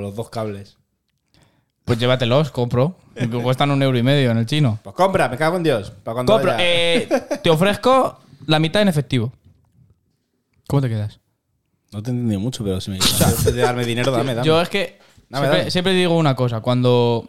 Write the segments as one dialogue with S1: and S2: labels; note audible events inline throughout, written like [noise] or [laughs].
S1: los dos cables.
S2: Pues llévatelos,
S3: [laughs]
S2: compro. Que cuestan un euro y medio en el chino.
S1: Pues compra, me cago en Dios. Para cuando
S2: Compro.
S1: vaya.
S2: Eh, te ofrezco la mitad en efectivo. ¿Cómo te quedas?
S3: No te he entendido mucho, pero
S1: [laughs]
S3: sí me
S1: Si quieres darme dinero, dame, dame.
S2: Yo es que
S1: Dame,
S2: siempre,
S1: dame.
S2: siempre digo una cosa, cuando...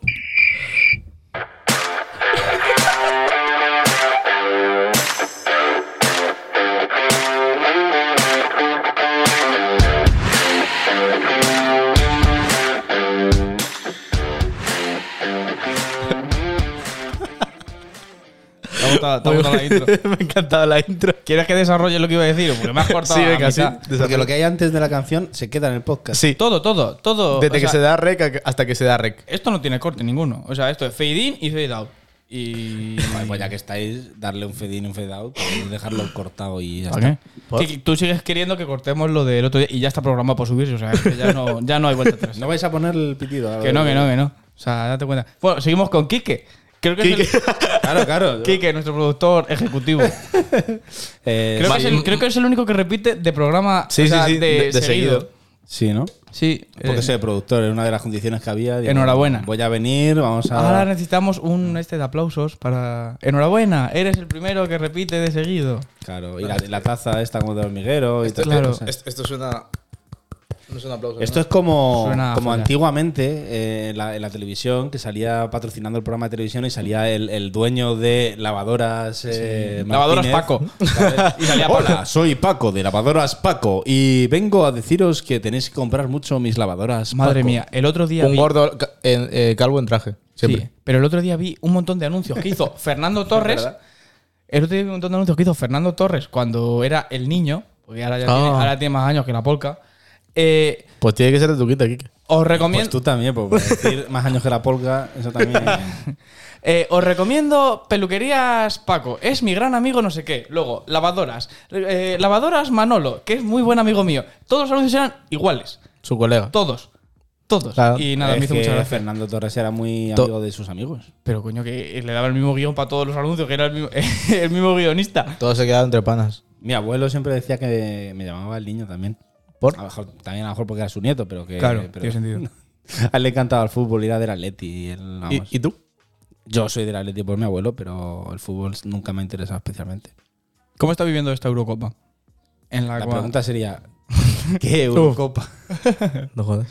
S2: Te ha gustado- te ha gustado la intro.
S3: [laughs] me ha encantado la
S2: [laughs]
S3: intro.
S2: ¿Quieres que desarrolle lo que iba a decir? Porque me
S3: [laughs]
S2: has cortado.
S3: Sí,
S2: a la
S3: venga, sí.
S2: mitad.
S1: Porque lo que hay antes de la canción se queda en el podcast.
S3: Sí,
S2: Todo, todo, todo.
S3: desde
S2: O
S3: que
S2: sea,
S3: se da rec a que- hasta que se da rec.
S2: Esto no tiene corte ninguno. O sea, esto es fade in y fade out. Y.
S1: Vale, pues ya que estáis, darle un fade in, un fade out, pues dejarlo cortado y ya
S2: ¿Para qué?
S1: está.
S2: Sí, que tú sigues queriendo que cortemos lo del otro día y ya está programado por subirse. O sea, es que ya no, ya no hay vuelta atrás.
S1: No vais a poner el pitido. ahora.
S2: que no, que no, que no. O sea, date cuenta. Bueno, seguimos con Quique. Creo que [laughs] es el-
S1: Claro, claro.
S2: Quique, nuestro productor ejecutivo.
S1: Eh,
S2: Creo, que es
S1: sí.
S2: el, creo que es el único que repite de programa o sea, de, seguido.
S1: Sí, ¿no?
S2: Sí.
S1: Porque
S2: eh,
S1: soy productor, era una de las condiciones que había. digo,
S2: Enhorabuena.
S1: Voy a venir, vamos a.
S2: Ahora necesitamos un este de aplausos para. Enhorabuena, eres el primero que repite de seguido.
S1: Claro, y la, la taza esta como de hormiguero y
S2: Esto-
S1: todas estas
S2: claro.
S1: cosas.
S3: Esto, suena. No suena aplauso.
S1: Esto es como,
S2: Suena
S1: como
S2: fuera.
S1: antiguamente eh, en, la, en la televisión, que salía patrocinando el programa de televisión y salía el, el dueño de lavadoras. eh, Martínez.
S2: Lavadoras Paco.
S1: ¿Sabes?
S2: Y salía Paco.
S1: Hola, soy Paco de Lavadoras Paco y vengo a deciros que tenéis que comprar mucho mis lavadoras.
S2: Madre
S1: Paco". Pues
S2: mía, el otro día.
S3: Un
S2: vi-
S3: gordo ca- en- eh, calvo en traje. Siempre.
S2: Sí, pero el otro día vi un montón de anuncios que hizo Fernando Torres. El otro día vi un montón de anuncios que hizo Fernando Torres cuando era el niño, porque ahora, ya tiene,
S3: Ah.
S2: ahora tiene más años que la polca. Eh,
S3: Pues tiene que ser de tu quita, Kike.
S2: os
S1: Pues
S2: recomiendo.
S1: tú también, pues, para decir más años que la polca, eso también.
S2: Eh, os recomiendo peluquerías Paco, es mi gran amigo no sé qué. Luego, lavadoras. eh, lavadoras Manolo, que es muy buen amigo mío. Todos los anuncios eran iguales.
S3: Su colega.
S2: Todos. Todos. [laughs]
S3: Claro.
S2: Y nada,
S1: Es
S2: me hizo
S1: que
S2: mucha gracia.
S1: Fernando Torres era muy
S3: To-
S1: amigo de sus amigos.
S2: Pero coño, que le daba el mismo guión para todos los anuncios, que era el mismo, [laughs] el mismo guionista.
S3: Todo se quedaba entre panas.
S1: Mi abuelo siempre decía que me llamaba el niño también.
S3: ¿Por?
S1: A lo mejor, también a lo mejor porque era su nieto, pero que.
S2: Claro,
S1: pero-
S2: tiene sentido.
S1: [laughs] A él le encantaba el fútbol, era del Atleti. y él, vamos.
S3: ¿Y, y tú?
S1: Yo soy del Atleti por mi abuelo, pero el fútbol nunca me ha interesado especialmente.
S2: ¿Cómo está viviendo esta Eurocopa? En la,
S1: La
S2: cua-
S1: pregunta
S3: [laughs]
S1: sería: ¿qué Eurocopa?
S3: No jodas.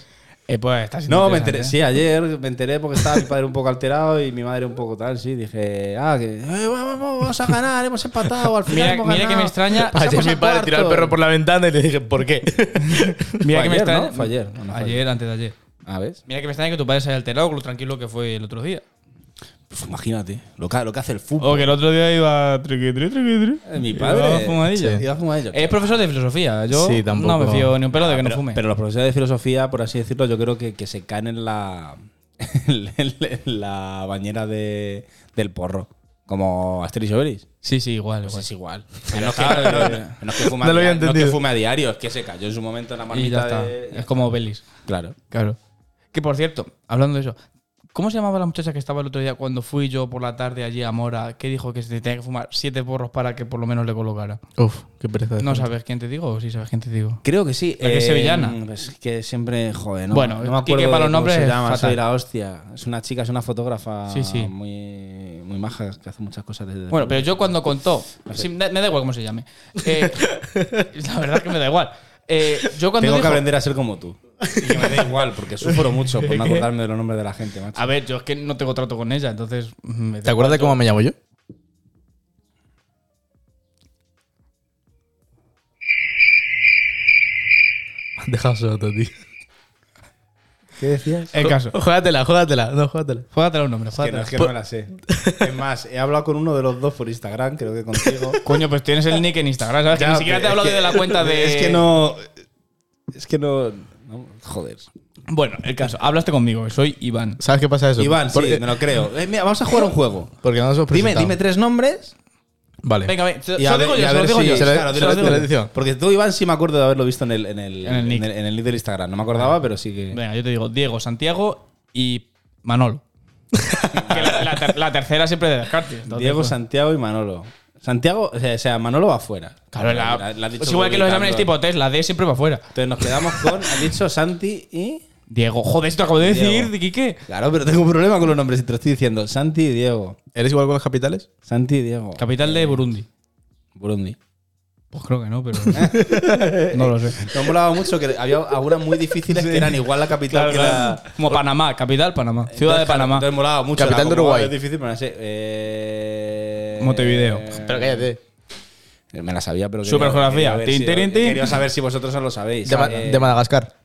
S2: Eh, pues está siendo
S1: no, me
S2: interesante,
S3: ¿eh?
S1: enteré. Sí, ayer me enteré porque estaba mi padre un poco alterado y mi madre un poco tal. Sí, dije: Ah, que. eh, vamos, vamos a ganar, hemos empatado, al
S2: ¿eh?
S1: final.
S2: Mira,
S1: hemos
S2: mira que
S1: ganado. [laughs]
S2: me extraña.
S3: Ayer
S1: Pasamos
S3: mi
S1: a
S3: padre tiró al
S1: cuartos.
S3: perro por la ventana y le dije, ¿por qué?
S2: [laughs] ¿eh? Mira
S1: Fue
S2: que me
S1: ayer,
S2: extraña.
S1: ¿no? Fue ayer, ¿o no fue
S2: ayer,
S1: ayer?
S2: antes de ayer.
S1: A ver.
S2: Mira que me extraña que tu padre se haya alterado con lo tranquilo que fue el otro día.
S1: Pues imagínate, lo que, lo que hace el fútbol.
S2: O Oh, que el otro día iba. triqui, tri, triqui, tri.
S1: Eh, Mi
S2: Iba
S1: padre.
S2: fumadillo.
S1: sí, iba fumadillo.
S2: Es profesor de filosofía. Yo
S3: Sí, tampoco-
S2: no me fío ni un pelo de que no
S1: pero,
S2: fume.
S1: Ah, pero los profesores de filosofía, por así decirlo, yo creo que, que se caen en la, [laughs] en, la bañera de, del porro. Como Asterix y Obelix.
S2: sí, sí, igual.
S1: Pues
S2: igual.
S1: es igual. No es que, no,
S2: [laughs]
S1: no- no es que fuma
S3: No lo había
S1: a diario, no es que
S3: entendido.
S1: fume a diario, es que se cayó en su momento en la
S2: y ya
S1: marmita
S2: está.
S1: de-
S2: Es como Belis.
S1: Claro.
S2: Claro. Que por cierto, hablando de eso, ¿cómo se llamaba la muchacha que estaba el otro día cuando fui yo por la tarde allí a Mora que dijo que se tenía que fumar siete porros para que por lo menos le colocara?
S3: Uf, qué pereza.
S2: ¿No sabes quién te digo o sí sabes quién te digo?
S1: Creo que sí.
S2: La que es sevillana.
S1: pues es que siempre, joder, no,
S2: Bueno,
S1: no me acuerdo
S2: Quique, para
S1: de cómo
S2: los nombres
S1: se
S2: es
S1: llama, soy
S2: fatal.
S1: la hostia. Es una chica, es una fotógrafa
S2: Sí, sí.
S1: Muy, muy maja, que hace muchas cosas desde...
S2: Bueno, pero yo cuando contó, sí, me me da igual cómo se llame. Eh, la verdad es que me da igual. Eh, yo cuando
S1: Tengo que
S2: dijo-
S1: aprender a ser como tú. [laughs] Y que me da igual, porque sufro mucho [laughs] por no acordarme de los nombres de la gente, macho.
S2: A ver, yo es que no tengo trato con ella, entonces. mm, me da
S3: ¿Te acuerdas de cómo me llamo yo? Me han dejado solo, tío.
S1: ¿Qué decías?
S2: El caso.
S3: Jódatela, jódatela. No, jódatela.
S2: Juégatela un nombre,
S1: Eh, Que no,
S2: juégatela.
S1: es que no me la [laughs] sé. Es más, he hablado con uno de los dos por Instagram, creo que contigo.
S2: Coño, pues tienes el nick en Instagram, ¿sabes? Que
S1: [laughs] Ya,
S2: ni siquiera te he
S1: pero
S2: hablado
S1: es
S2: de
S1: que-
S2: la cuenta de.
S1: Es que no. Es que no. no, joder.
S2: Bueno, el caso. Hablaste conmigo, soy Iván.
S3: ¿Sabes qué pasa eso?
S1: Iván, sí,
S3: porque,
S1: me lo creo. Eh, mira, vamos a jugar un juego.
S3: porque no nos hemos
S1: Dime,
S3: presentado.
S1: dime tres nombres.
S3: Vale.
S2: Venga, venga, se-
S1: Y
S2: se
S1: a
S2: lo
S1: ver,
S2: digo
S1: y
S2: yo,
S1: a
S2: se lo
S1: ver
S2: digo
S1: si-
S2: yo.
S3: se lo-
S2: Claro,
S1: claro,
S3: se
S2: dilo,
S1: dilo,
S3: lo-
S2: dilo.
S1: dilo.
S3: se edición.
S1: Porque tú, Iván, sí me acuerdo de haberlo visto en el, en el,
S2: En el nick.
S1: en el nick del Instagram. No me acordaba, pero sí que.
S2: Venga, yo te digo Diego, Santiago y
S1: [laughs]
S2: Manolo. Que la, la ter- la tercera siempre de descarte. entonces,
S1: Diego,
S2: pues,
S1: Santiago y Manolo. Santiago, o sea, o sea, Manolo va afuera.
S2: Claro, la- pues es igual que los exámenes tipo test, la D siempre va fuera.
S1: Entonces nos quedamos con, han dicho Santi y.
S2: Diego, joder, esto acabo de
S1: Diego.
S2: decir, Quique.
S1: Claro, pero tengo un problema con los nombres y te lo estoy diciendo. Santi y Diego.
S3: ¿Eres igual con las capitales?
S1: Santi y Diego.
S2: Capital de Burundi.
S1: Burundi.
S2: Pues creo que
S1: [laughs]
S2: no, pero. no lo sé.
S1: Me molaba mucho que había algunas muy difíciles que eran igual la capital que la.
S2: Como Panamá, capital Panamá. Ciudad
S1: Eh,
S2: de
S1: Entonces, claro,
S2: Panamá.
S1: Entonces molaba mucho.
S3: Capital
S1: Era
S3: de
S1: como,
S3: Uruguay.
S1: ah, Es difícil, pero no sé. Eh,
S2: Montevideo.
S1: Pero cállate. Me la sabía, pero. quería-
S2: Supergeografía.
S1: quería ver
S2: Tin,
S1: si-
S2: tin, tin.
S1: Quería saber si vosotros os lo sabéis.
S3: De, Ma-
S1: Eh,
S3: de Madagascar.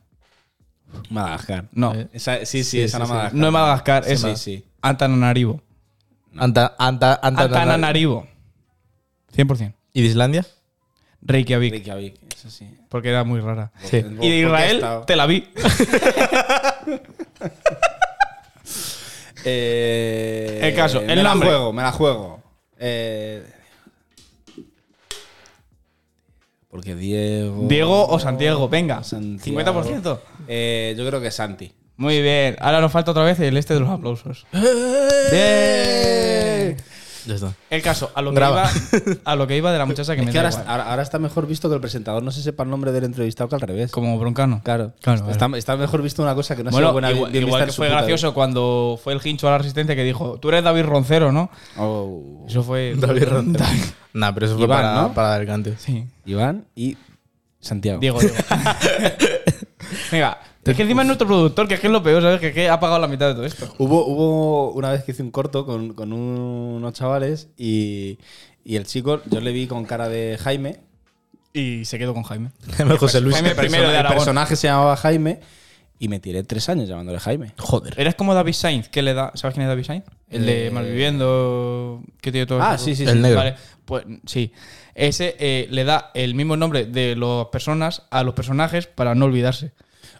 S1: Madagascar.
S2: No.
S3: Eh,
S1: Esa- sí, sí, esa
S3: sí,
S1: era
S3: sí.
S1: Madagascar.
S2: No es Madagascar,
S1: Sí,
S2: es
S1: sí, sí.
S2: Antananarivo.
S3: Anta, anta, anta,
S2: Antananarivo. 100%.
S3: ¿Y de Islandia?
S2: Reykjavik,
S1: Reykjavik, eso sí.
S2: porque era muy rara.
S3: Sí.
S2: Y de Israel, te la vi.
S1: Eh,
S2: El caso, el
S1: me la
S2: nombre.
S1: juego, me la juego. Eh, porque Diego.
S2: Diego o Santiago, venga.
S1: Oh. Santiago.
S2: 50%.
S1: Eh, yo creo que Santi.
S2: Muy bien. Ahora nos falta otra vez el este de los aplausos. Bien.
S3: Ya está.
S2: El caso, a lo, que
S3: Graba.
S2: iba, a lo que iba de la muchacha que
S1: [laughs] Es
S2: me
S1: que
S2: da
S1: ahora,
S2: igual.
S1: ahora- ahora está mejor visto que el presentador no se sepa el nombre del entrevistado que al revés.
S2: Como broncano.
S1: Claro.
S2: Claro,
S1: está, está mejor visto una cosa que no
S2: bueno,
S1: sea buena
S2: igual,
S1: bien
S2: igual
S1: vista en
S2: que
S1: su
S2: fue
S1: puta vida.
S2: gracioso cuando fue el hincho a la resistencia que dijo, tú eres David Roncero, ¿no?
S1: Oh.
S2: Eso fue...
S3: David Roncero. Nah, pero eso fue
S1: Iván,
S3: para,
S1: ¿no?
S3: para dar el cante.
S2: [laughs]
S3: [laughs]
S2: Sí.
S1: Iván y Santiago.
S2: Diego, Diego. Venga, es que encima es nuestro productor, que es que es lo peor, ¿sabes? Que, es que ha pagado la mitad de todo esto.
S1: Hubo, hubo una vez que hice un corto con, con un- unos chavales y, y el chico, yo le vi con cara de Jaime.
S2: Y se quedó con Jaime.
S3: José Luis.
S2: Jaime
S1: El persona-
S2: primero de
S1: el
S2: Aragón.
S1: personaje se llamaba Jaime y me tiré tres años llamándole Jaime. [laughs]
S3: Joder.
S2: Eres como David Sainz, que le da. ¿Sabes quién es David Sainz? El de
S1: Eh,
S2: Malviviendo, que tiene todo.
S1: Ah,
S2: eso.
S1: sí, sí, sí.
S3: El negro.
S2: Vale, pues sí. Ese eh, le da el mismo nombre de las personas a los personajes para no olvidarse.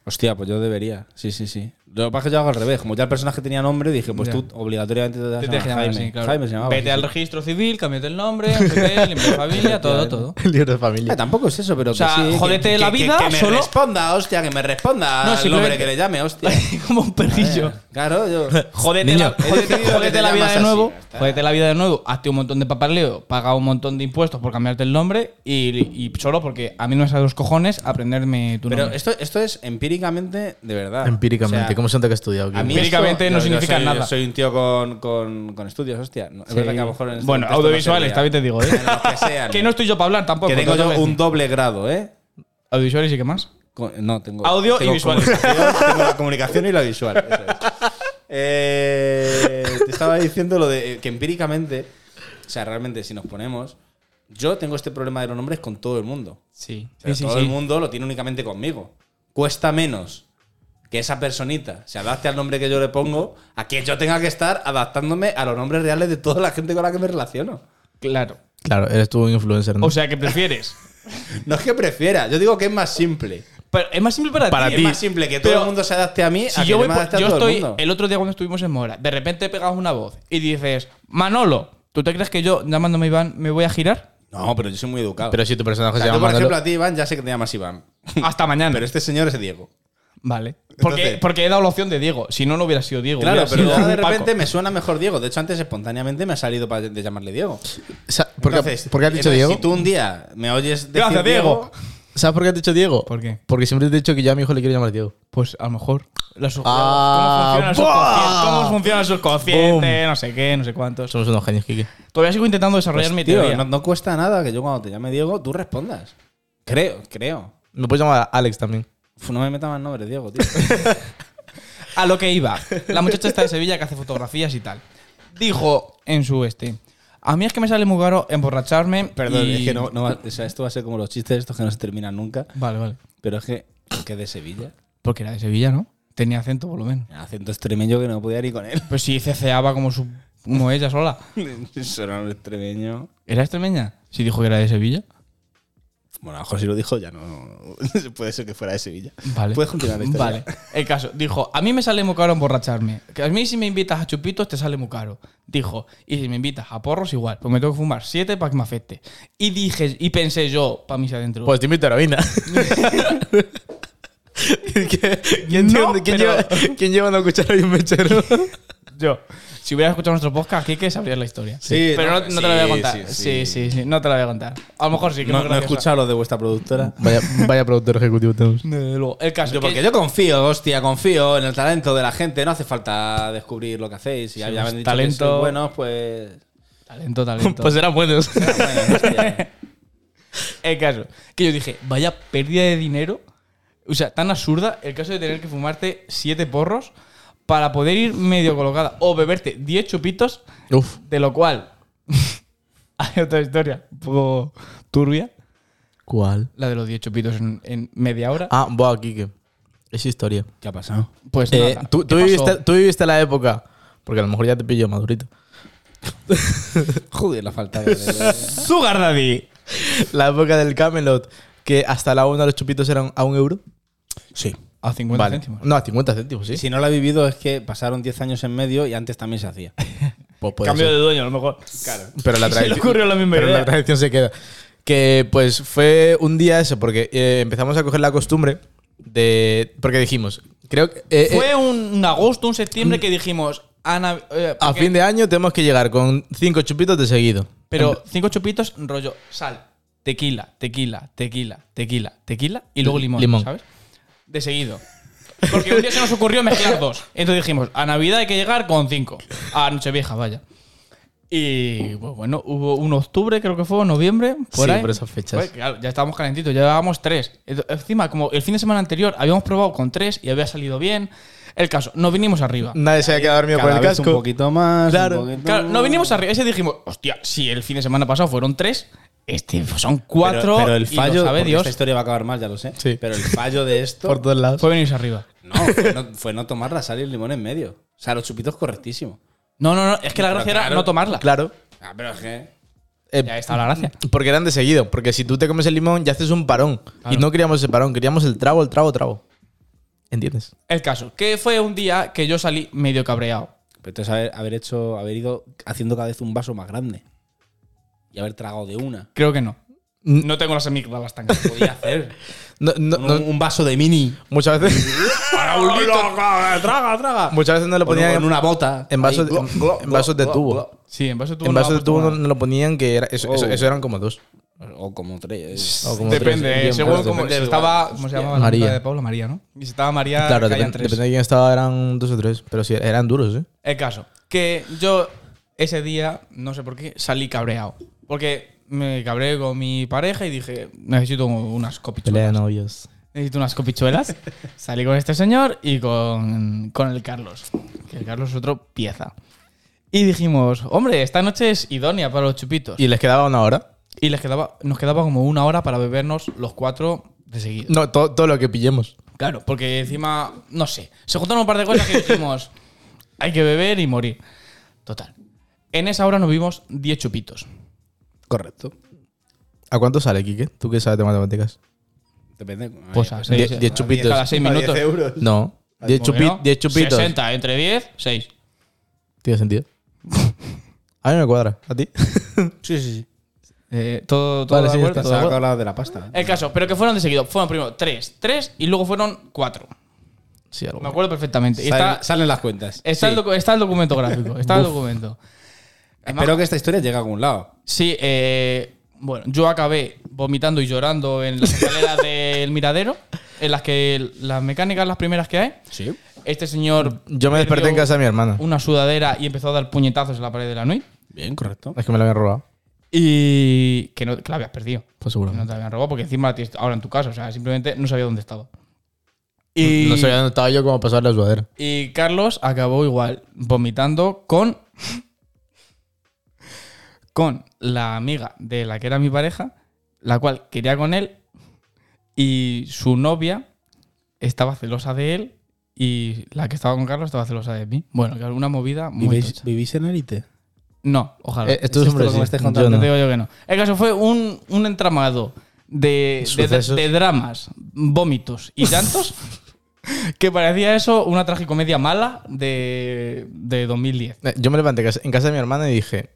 S1: Hostia, pues yo debería. Sí, sí, sí. Lo que pasa es que yo hago al revés. Como ya el personaje tenía nombre, dije, pues
S2: Ya.
S1: tú obligatoriamente te das
S2: Te tienes que llamar
S1: Jaime.
S2: así, claro.
S1: Jaime se llamaba.
S2: Vete
S1: sí,
S2: al
S1: sí.
S2: registro civil, cámbiate el nombre, no sé [laughs] qué, limpia familia, todo, todo. [laughs]
S3: El libro de
S1: Ah,
S3: familia.
S1: tampoco es eso, pero
S2: O sea,
S1: que sí, que-
S2: jódete
S1: que-
S2: la
S1: que-
S2: vida
S1: que, me
S2: solo-
S1: responda, hostia, que me responda
S2: No,
S1: el hombre
S2: simplemente-
S1: que le llame, hostia.
S2: [laughs]
S1: Eh,
S2: como un perrillo.
S1: Claro, yo.
S2: [laughs] Jódete,
S3: Niño.
S2: la,
S1: [laughs]
S2: jódete-
S1: He decidido
S2: [laughs] jódete
S1: que te
S2: la vida
S1: llamas
S2: de
S1: así,
S2: nuevo.
S1: ya está.
S2: Jódete la vida de nuevo. Hazte un montón de papeleo, paga un montón de impuestos por cambiarte el nombre y, y solo porque a mí no me sale los cojones aprenderme tu
S1: Pero
S2: nombre.
S1: esto, esto es empíricamente de verdad. [laughs]
S3: Empíricamente.
S1: O sea,
S3: ¿Cómo siento que he estudiado?
S1: a mí
S3: Guillermo?
S2: Empíricamente
S1: esto-
S2: no
S1: yo- yo
S2: significa
S1: soy-
S2: nada.
S1: Soy un tío con, con- con estudios, hostia. No, es
S2: Sí.
S1: verdad que a lo mejor en este
S2: Bueno,
S1: contexto no
S2: audiovisuales,
S1: serviría.
S2: también te
S1: [laughs]
S2: digo, ¿eh?
S1: Bueno, los que sean.
S2: que no estoy yo para hablar tampoco.
S1: Que tengo
S2: te lo
S1: yo
S2: voy a
S1: un
S2: decir.
S1: doble grado, ¿eh?
S2: Audiovisuales y qué más.
S1: Co- No, tengo.
S2: Audio y
S1: tengo
S2: visuales.
S1: comunicación- Tengo la comunicación y la visual. eso es. Eh, te estaba diciendo lo de eh, que empíricamente, o sea, realmente si nos ponemos, yo tengo este problema de los nombres con todo el mundo.
S2: Sí,
S1: Pero todo el mundo lo tiene únicamente conmigo. Cuesta menos que esa personita se adapte al nombre que yo le pongo a que yo tenga que estar adaptándome a los nombres reales de toda la gente con la que me relaciono.
S2: Claro.
S3: Claro, eres tú un influencer, ¿no?
S2: O sea, que prefieres.
S1: No es que prefiera, yo digo que es más simple.
S2: Pero es más simple para,
S3: Para
S2: ti.
S1: Es
S3: ti.
S1: más simple que todo
S2: Pero
S1: el mundo se adapte a mí a
S2: Si
S1: que
S2: yo,
S1: yo,
S2: voy
S1: me
S2: por-
S1: adapte a
S2: yo
S1: todo el
S2: estoy
S1: mundo.
S2: el otro día cuando estuvimos en Mora, de repente pegas una voz y dices, Manolo, ¿tú te crees que yo llamándome Iván me voy a [laughs] girar?
S1: No, pero yo soy muy educado.
S3: pero si tu
S1: O
S3: personaje
S1: sea,
S3: se
S1: tú,
S3: llama
S1: por ejemplo,
S3: Manolo.
S1: a ti, Iván, ya sé que te llamas Iván.
S2: Hasta mañana.
S1: Pero este señor es Diego.
S2: Pues Vale. Porque,
S1: Entonces-
S2: porque he dado la opción de Diego. Si no, no hubiera sido Diego.
S1: Claro,
S2: hubiera
S1: pero
S2: sido
S1: luego de
S2: Paco.
S1: repente me suena mejor Diego. De hecho, antes espontáneamente me ha salido pa- de llamarle Diego.
S3: O sea, ¿por, qué-
S1: Entonces,
S3: por qué has dicho
S1: entonces,
S3: Diego?
S1: Si tú un día me oyes decir
S2: Gracias, Diego.
S3: ¿Sabes por qué has dicho Diego?
S2: ¿Por qué?
S3: Porque siempre te he dicho que yo a mi hijo le quiero llamar Diego.
S2: Pues a lo mejor. La su-
S3: Ah,
S2: ¿Cómo funciona el
S3: ¡buah!
S2: subconsciente? ¿Cómo funciona el subconsciente? No sé qué, no sé cuántos.
S3: Somos unos genios, Kike.
S2: Todavía sigo intentando desarrollar
S1: Pues,
S2: mi
S1: tío,
S2: teoría.
S1: no, no cuesta nada que yo cuando te llame Diego, tú respondas. Creo, creo.
S3: Me puedes llamar Alex también.
S1: Uf, no me meta más nombres, Diego, tío.
S2: A lo que iba. La
S1: [laughs]
S2: muchacha está de Sevilla que hace fotografías y tal. Dijo en su este. A mí es que me sale muy caro emborracharme.
S1: [laughs] Perdón,
S2: y-
S1: es que no, no va- o sea, esto va a ser como los chistes estos que no se terminan nunca.
S2: Vale, vale.
S1: Pero es que, que de Sevilla.
S2: Porque era de Sevilla, ¿no? Tenía acento, por lo menos.
S1: El acento extremeño que no podía ni con él. [laughs]
S2: Pues sí, ceceaba como, su, como ella sola.
S1: Suena un extremeño.
S2: ¿Era extremeña? Si dijo que era de Sevilla.
S1: Bueno, a lo mejor si lo dijo ya no. [laughs] Puede ser que fuera de Sevilla.
S2: Vale.
S1: Puedes continuar la historia.
S2: Vale. El caso. Dijo, a mí me sale muy caro emborracharme. Que a mí si me invitas a chupitos te sale muy caro. Dijo, y si me invitas a porros igual. Pues me tengo que fumar siete para que me afecte. Y dije, y pensé yo, para mí se adentro.
S3: Pues te invito a [laughs] heroína. ¿Qué- ¿Quién,
S2: No,
S3: lleva, quién
S2: [laughs] pero-
S3: lleva- quién lleva una cuchara y un mechero?
S2: [laughs] Yo, si hubiera escuchado nuestro podcast, Kike sabrías la historia.
S1: Sí,
S2: pero no,
S1: no,
S2: no te la voy a
S1: sí,
S2: contar. Sí
S1: sí,
S2: sí sí,
S1: sí.
S2: no te la voy a contar. A lo mejor sí que
S1: No,
S2: es
S1: no he
S2: graciosa.
S1: escuchado los de vuestra productora.
S3: [laughs] Vaya, vaya productor ejecutivo tenemos.
S2: Desde luego. El caso
S1: Yo,
S2: que-
S1: porque yo confío, hostia, confío en el talento de la gente. No hace falta descubrir lo que hacéis. Si ya me han
S2: pues,
S1: dicho
S2: talento-
S1: que sois buenos, pues.
S2: [laughs] Talento, talento.
S3: Pues eran buenos.
S1: bueno, hostia.
S2: El caso, que yo dije, vaya pérdida de dinero. O sea, tan absurda el caso de tener que fumarte siete porros para poder ir medio colocada o beberte 10 chupitos,
S3: Uf.
S2: de lo cual [laughs] hay otra historia un poco turbia,
S3: ¿Cuál?
S2: la de los 10 chupitos en, en media hora.
S3: Ah, buah, Kike. Es historia.
S1: ¿Qué ha
S3: [laughs]
S1: pasado?
S2: pues
S3: Eh,
S2: nada,
S3: tú,
S2: ¿qué
S3: tú
S2: pasó?
S3: viviste, tú viviste la época. Porque a lo mejor ya te pillo madurito.
S1: Joder, la falta de.
S2: Sugar Daddy.
S3: [laughs] La época del Camelot. Que hasta la una los chupitos eran a un euro.
S1: sí.
S2: A 50 céntimos.
S3: No, a 50 céntimos, sí.
S1: Si no lo ha vivido, es que pasaron 10 años en medio y antes también se hacía.
S3: Pues puede
S2: Cambio
S3: ser.
S2: de dueño, a lo mejor.
S3: Pero la
S2: [laughs] Se le
S3: tradición.
S2: ocurrió la misma
S3: pero
S2: idea.
S3: la tradición se queda. Que pues fue un día eso, porque eh, empezamos a coger la costumbre de. Porque dijimos, creo que. eh, eh,
S2: Fue un agosto, un septiembre que dijimos... A, Nav- eh,
S3: a
S2: porque-
S3: fin de año tenemos que llegar con cinco chupitos de seguido.
S2: Pero cinco chupitos, rollo, sal, tequila, tequila, tequila, tequila, tequila y luego limón,
S3: Limón.
S2: ¿sabes? De seguido. Porque un día se nos ocurrió mezclar dos. Entonces dijimos, a Navidad hay que llegar con cinco. A Nochevieja, vaya. Y pues bueno, hubo un octubre, creo que fue, o noviembre, por
S3: Sí,
S2: ahí.
S3: por esas fechas.
S2: Pues, claro, ya estábamos calentitos, ya llevábamos tres. Ento- Encima, como el fin de semana anterior habíamos probado con tres y había salido bien. El caso, nos vinimos arriba.
S3: Nadie se había quedado dormido por
S1: Cada
S3: el
S1: vez un
S3: casco.
S1: poquito más.
S3: Claro,
S1: un poquito
S2: Claro, no
S1: más.
S2: vinimos arriba. Ese dijimos, hostia, si el fin de semana pasado fueron tres, este son cuatro.
S1: Pero, pero el
S2: y lo
S1: fallo.
S2: sabe
S1: porque
S2: Dios.
S1: Esta historia va a acabar mal, ya lo sé.
S3: Sí.
S1: Pero el fallo de esto.
S3: Por todos lados.
S2: Fue venirse arriba.
S1: no, fue no, fue no tomar la sal y el limón en medio. O sea, los chupitos correctísimo.
S2: No, no, no. Es que la
S1: Pero
S2: gracia era
S1: claro,
S2: no tomarla.
S3: Claro.
S1: Ah, pero es que.
S3: Eh,
S2: Ya está la gracia.
S3: porque eran de seguido. Porque si tú te comes el limón, ya haces un parón. Y no queríamos ese parón, queríamos el trago, el trago, trago. ¿Entiendes?
S2: El caso, que fue un día que yo salí medio cabreado.
S1: Pero entonces haber, haber hecho, haber ido haciendo cada vez un vaso más grande. Y haber tragado de una.
S2: Creo que no.
S3: Mm.
S2: No tengo las amígdalas tan grandes.
S1: [laughs] Podía hacer
S3: No, no,
S1: un,
S3: no-
S1: un vaso de mini.
S3: muchas veces. [laughs]
S1: [laughs] traga, traga.
S3: muchas veces no lo
S1: O en,
S3: ponían
S1: en una bota.
S3: en vasos
S1: Ahí,
S3: de-
S1: glo- glo-
S3: en vasos de
S1: glo-
S3: tubo.
S1: glo-
S2: Sí, en vaso de tubo.
S3: En
S2: no
S3: vaso
S2: la
S3: de
S1: pues,
S3: tubo no,
S2: puedo tomar.
S3: no lo ponían, que era, eso, eso-
S1: Oh.
S3: eso eran como dos.
S1: O como tres.
S3: O como
S2: Depende,
S3: tres.
S2: eh,
S3: Bien,
S2: según
S3: pues,
S2: cómo
S3: depende.
S2: se estaba. ¿Cómo se llamaba? la
S3: María.
S2: amiga De Pablo María, ¿no? Y si estaba
S1: Ah,
S2: María.
S3: Claro,
S2: caían
S3: depen-
S2: tres.
S3: depende de quién estaba, eran dos o tres. Pero sí, eran duros, ¿eh?
S2: El caso, que yo ese día, no sé por qué, salí cabreado. Porque me cabreé con mi pareja y dije, necesito unas copichuelas.
S3: Pelea de novios.
S2: Necesito unas copichuelas. salí con este señor y con, con el Carlos. Que el Carlos es otro pieza. Y dijimos, hombre, esta noche es idónea para los chupitos. Y,
S3: ¿Y les quedaba una hora?
S2: les quedaba, nos quedaba como una hora para bebernos los cuatro de seguido.
S3: No, to- todo lo que pillemos.
S2: Claro, porque encima, no sé, se juntaron un par de cosas que dijimos, hay que beber y morir. Total. En esa hora nos vimos 10 chupitos.
S1: Correcto.
S3: ¿A cuánto sale, Quique? ¿Tú qué sabes de matemáticas?
S1: Depende. eh,
S2: Pues a seis,
S3: Die- diez
S2: a
S3: chupitos.
S2: Cada 6 minutos.
S1: euros.
S3: No. 10
S2: ¿Por qué no?
S3: chupitos.
S2: 60 entre 10, 6.
S3: Tiene [laughs] sentido. A mí me cuadra. ¿A ti?
S1: Sí, sí, sí.
S2: Eh, todo todo
S3: Vale,
S2: de
S3: sí,
S2: acuerdo,
S3: está,
S2: todo de
S1: Pensaba que
S2: acuerdo.
S1: hablabas de la pasta.
S2: El caso, pero que fueron de seguido. Fueron primero 3, 3 y luego fueron 4.
S3: [laughs] Sí, algo.
S2: Me acuerdo perfectamente. Y
S1: Salen,
S2: está,
S1: salen las cuentas.
S2: está el
S1: Sí.
S2: docu- está el documento gráfico. Está el documento. Además,
S1: Espero que esta historia llegue a algún lado.
S2: Sí, eh, bueno, yo acabé vomitando y llorando en las
S3: [laughs]
S2: escaleras del miradero, en las que las mecánicas, las primeras que hay.
S1: Sí.
S2: Este señor.
S3: Yo me desperté en
S2: perdió
S3: casa de mi hermana.
S2: Una sudadera y empezó a dar puñetazos en la pared de la Nui.
S1: Bien, correcto.
S3: Es que me la habían robado.
S2: Y que, no, que la habías perdido.
S3: Pues
S2: que No
S3: seguramente.
S2: te la habían robado porque encima la tienes ahora en tu casa. O sea, simplemente no sabía dónde estaba. Y,
S3: No sabía dónde estaba yo como pasar la sudadera.
S2: y Carlos acabó igual, vomitando con. con la amiga de la que era mi pareja, la cual quería con él, y su novia estaba celosa de él, y la que estaba con Carlos estaba celosa de mí. Bueno, que alguna movida muy
S1: ¿Vivís,
S2: tocha.
S1: vivís en élite?
S2: No, ojalá.
S3: Eh, esto es
S2: Esto
S3: hombre,
S2: lo que
S3: sí.
S2: me estáis
S3: Yo
S2: contando,
S3: no.
S2: te digo yo que no. El caso fue un, un entramado de, de-
S3: Sucesos.
S2: de dramas, vómitos y
S3: [laughs]
S2: llantos que parecía eso una tragicomedia mala de, de 2010.
S3: Eh, Yo me levanté en casa- en casa de mi hermana y dije,